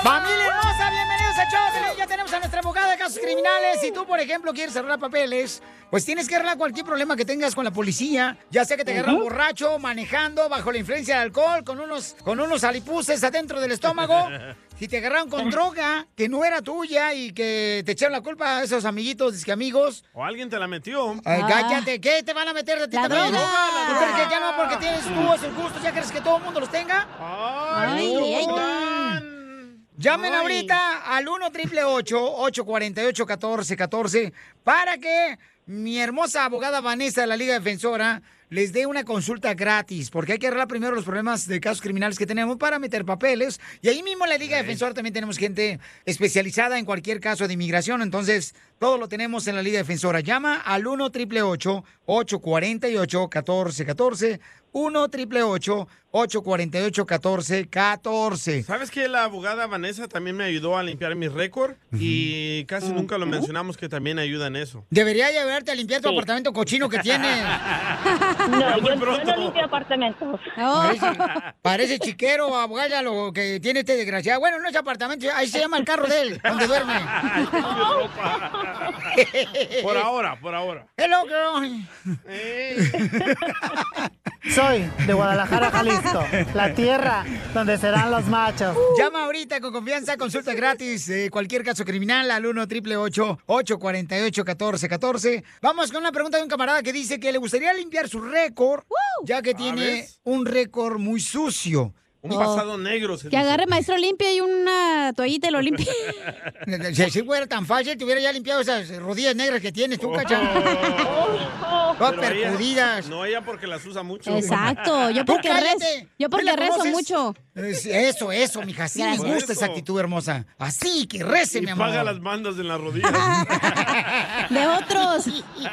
Familia hermosa, bienvenidos a Choplin. Ya tenemos a nuestra abogada de casos criminales. Si tú, por ejemplo, quieres arreglar papeles, pues tienes que arreglar cualquier problema que tengas con la policía. Ya sea que te agarran Ujú. borracho, manejando, bajo la influencia del alcohol, con unos, con unos alipuses adentro del estómago. Si te agarraron con droga que no era tuya y que te echaron la culpa a esos amiguitos, que amigos. O alguien te la metió. Ay, cállate, ¿qué te van a meter de ti Ah. La también? droga, la ¿Tú crees droga. que ya no porque tienes tú esos gustos, ya crees que todo el mundo los tenga? Ay, Ay, Llamen Ay. ahorita al 1 triple 848 1414 para que mi hermosa abogada Vanessa de la Liga Defensora les dé una consulta gratis, porque hay que arreglar primero los problemas de casos criminales que tenemos para meter papeles. Y ahí mismo en la Liga Defensora también tenemos gente especializada en cualquier caso de inmigración. Entonces, todo lo tenemos en la Liga Defensora. Llama al 1 triple 848 1414 1 triple 848 1414 ¿Sabes que la abogada Vanessa también me ayudó a limpiar mi récord? Y casi nunca lo mencionamos que también ayuda en eso. Debería llevarte a limpiar tu Sí. apartamento cochino que tienes. Ya muy pronto. apartamentos. Oh. Parece, parece chiquero, abogada, lo que tiene este desgraciado. Bueno, no es apartamento, ahí se llama el carro de él, donde duerme. Por ahora, por ahora. Hello, girl. Soy de Guadalajara, Jalisco, la tierra donde serán los machos. Llama ahorita con confianza, consulta gratis, eh, cualquier caso criminal al 1 888 848 1414 Vamos con una pregunta de un camarada que dice que le gustaría limpiar su récord, ya que tiene ¿ves? un récord muy sucio. Un Oh. pasado negro. se Que dice. agarre maestro limpia y una toallita y lo limpie. Si, si fuera tan fácil, te hubiera ya limpiado esas rodillas negras que tienes tú, cacha. Todas Oh. Pero ella- percudidas. no ella porque las usa mucho. Exacto, yo Tú porque, rez- cállate, yo ¿no porque la rezo conoces? mucho. Es- Eso, eso, mija. Sí, me Gracias. gusta esa actitud hermosa. Así que rece, y mi amor. paga las bandas en las rodillas. De otros.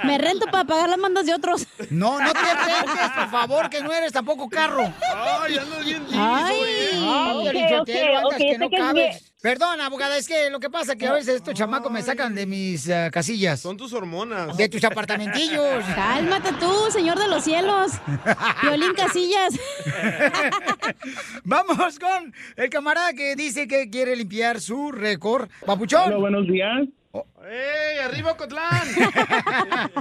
Me rento para pagar las mandas de otros. No, no te rentes, por favor, que no eres tampoco carro. Ay, ando bien Ay. Ah, Ok, Piolichotelo, ok, andas ok, que sé no que es cabes. bien. Perdón, abogada, es que lo que pasa es que a veces estos chamacos me sacan de mis ah, casillas. Son tus hormonas. De tus apartamentillos. Cálmate tú, señor de los cielos. Violín Casillas. Vamos con el camarada que dice que quiere limpiar su récord. Papuchón. Oh. Hola, buenos días. ¡Ey, arriba Cotlán!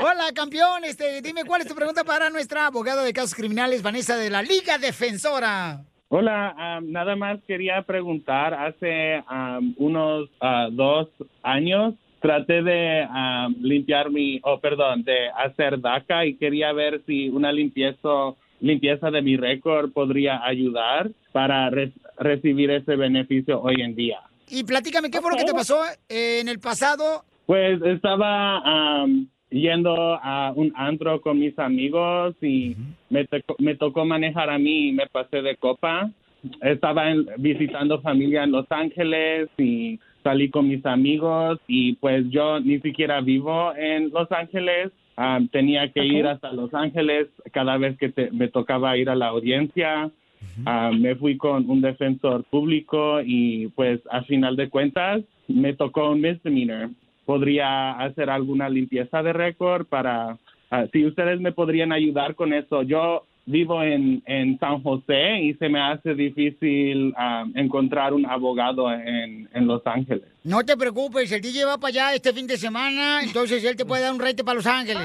Hola, campeón. Este, dime cuál es tu pregunta para nuestra abogada de casos criminales, Vanessa de la Liga Defensora. Hola, ah, nada más quería preguntar, hace ah, unos ah, dos años traté de ah, limpiar mi, oh perdón, de hacer DACA y quería ver si una limpieza, limpieza de mi récord podría ayudar para re- recibir ese beneficio hoy en día. Y platícame, ¿qué fue lo que te pasó eh, en el pasado? Pues estaba am, yendo a un antro con mis amigos y me, tocó- me tocó manejar a mí y me pasé de copa. Estaba en- visitando familia en Los Ángeles y salí con mis amigos y pues yo ni siquiera vivo en Los Ángeles. Am, tenía que Ok. ir hasta Los Ángeles cada vez que te- me tocaba ir a la audiencia Ah, me fui con un defensor público y pues a final de cuentas me tocó un misdemeanor. Podría hacer alguna limpieza de récord para ah, si ustedes me podrían ayudar con eso. Yo vivo en, en San José y se me hace difícil ah, encontrar un abogado en, en Los Ángeles. No te preocupes, el DJ va para allá este fin de semana, entonces él te puede dar un rete para Los Ángeles.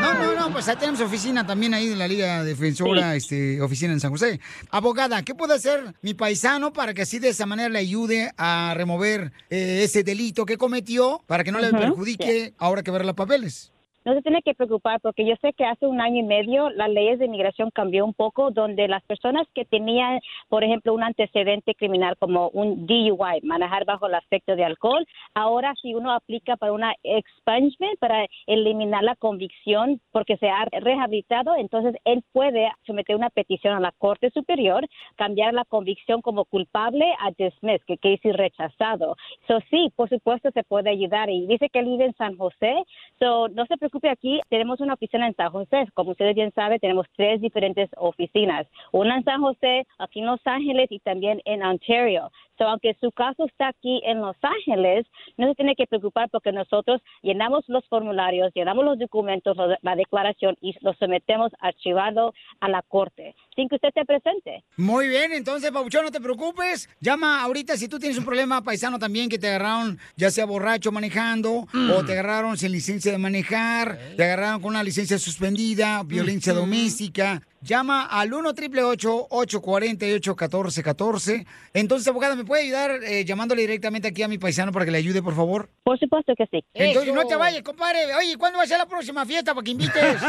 No, no, no, pues ahí tenemos oficina también ahí de la Liga Defensora, este, oficina en San José. Abogada, ¿qué puede hacer mi paisano para que así de esa manera le ayude a remover eh, ese delito que cometió para que no le Ujú. perjudique ahora que ver los papeles? No se tiene que preocupar porque yo sé que hace un año y medio las leyes de inmigración cambió un poco donde las personas que tenían, por ejemplo, un antecedente criminal como un DUI, manejar bajo el aspecto de alcohol, ahora si uno aplica para una expungement para eliminar la convicción porque se ha rehabilitado, entonces él puede someter una petición a la Corte Superior, cambiar la convicción como culpable a dismiss, que quiere decir rechazado. So, sí, por supuesto se puede ayudar. Y dice que él vive en San José. So, no se preocupe, aquí tenemos una oficina en San José. Como ustedes bien saben, tenemos tres diferentes oficinas. Una en San José, aquí en Los Ángeles y también en Ontario. So, aunque su caso está aquí en Los Ángeles, no se tiene que preocupar porque nosotros llenamos los formularios, llenamos los documentos, lo- la declaración y lo sometemos archivado a la corte sin que usted esté presente. Muy bien, entonces, Pabuchón, no te preocupes. Llama ahorita si tú tienes un problema paisano también que te agarraron, ya sea borracho manejando, Mm. o te agarraron sin licencia de manejar, te agarraron con una licencia suspendida, violencia Ujú. doméstica. Llama al 1 888 848 1414 Entonces, abogada, ¿me puede ayudar eh, llamándole directamente aquí a mi paisano para que le ayude, por favor? Por supuesto que sí. Entonces, Eso. no te vayas, compadre. Oye, ¿cuándo va a ser la próxima fiesta para que invites?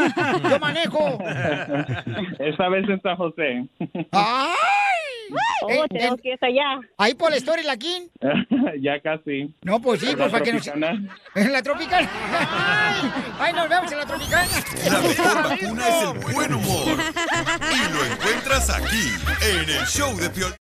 Yo manejo. Esta vez en San José. ¡Ay! Oh, tenemos que ir hasta allá. Ahí por la Story Laquín. ya casi. No, pues sí, La pues para que nos... Tropicana. En la tropical. ¡Ay! ¡Ay, nos vemos en la tropical! La mejor vacuna es el buen humor. Y lo encuentras aquí, en el show de Piolín.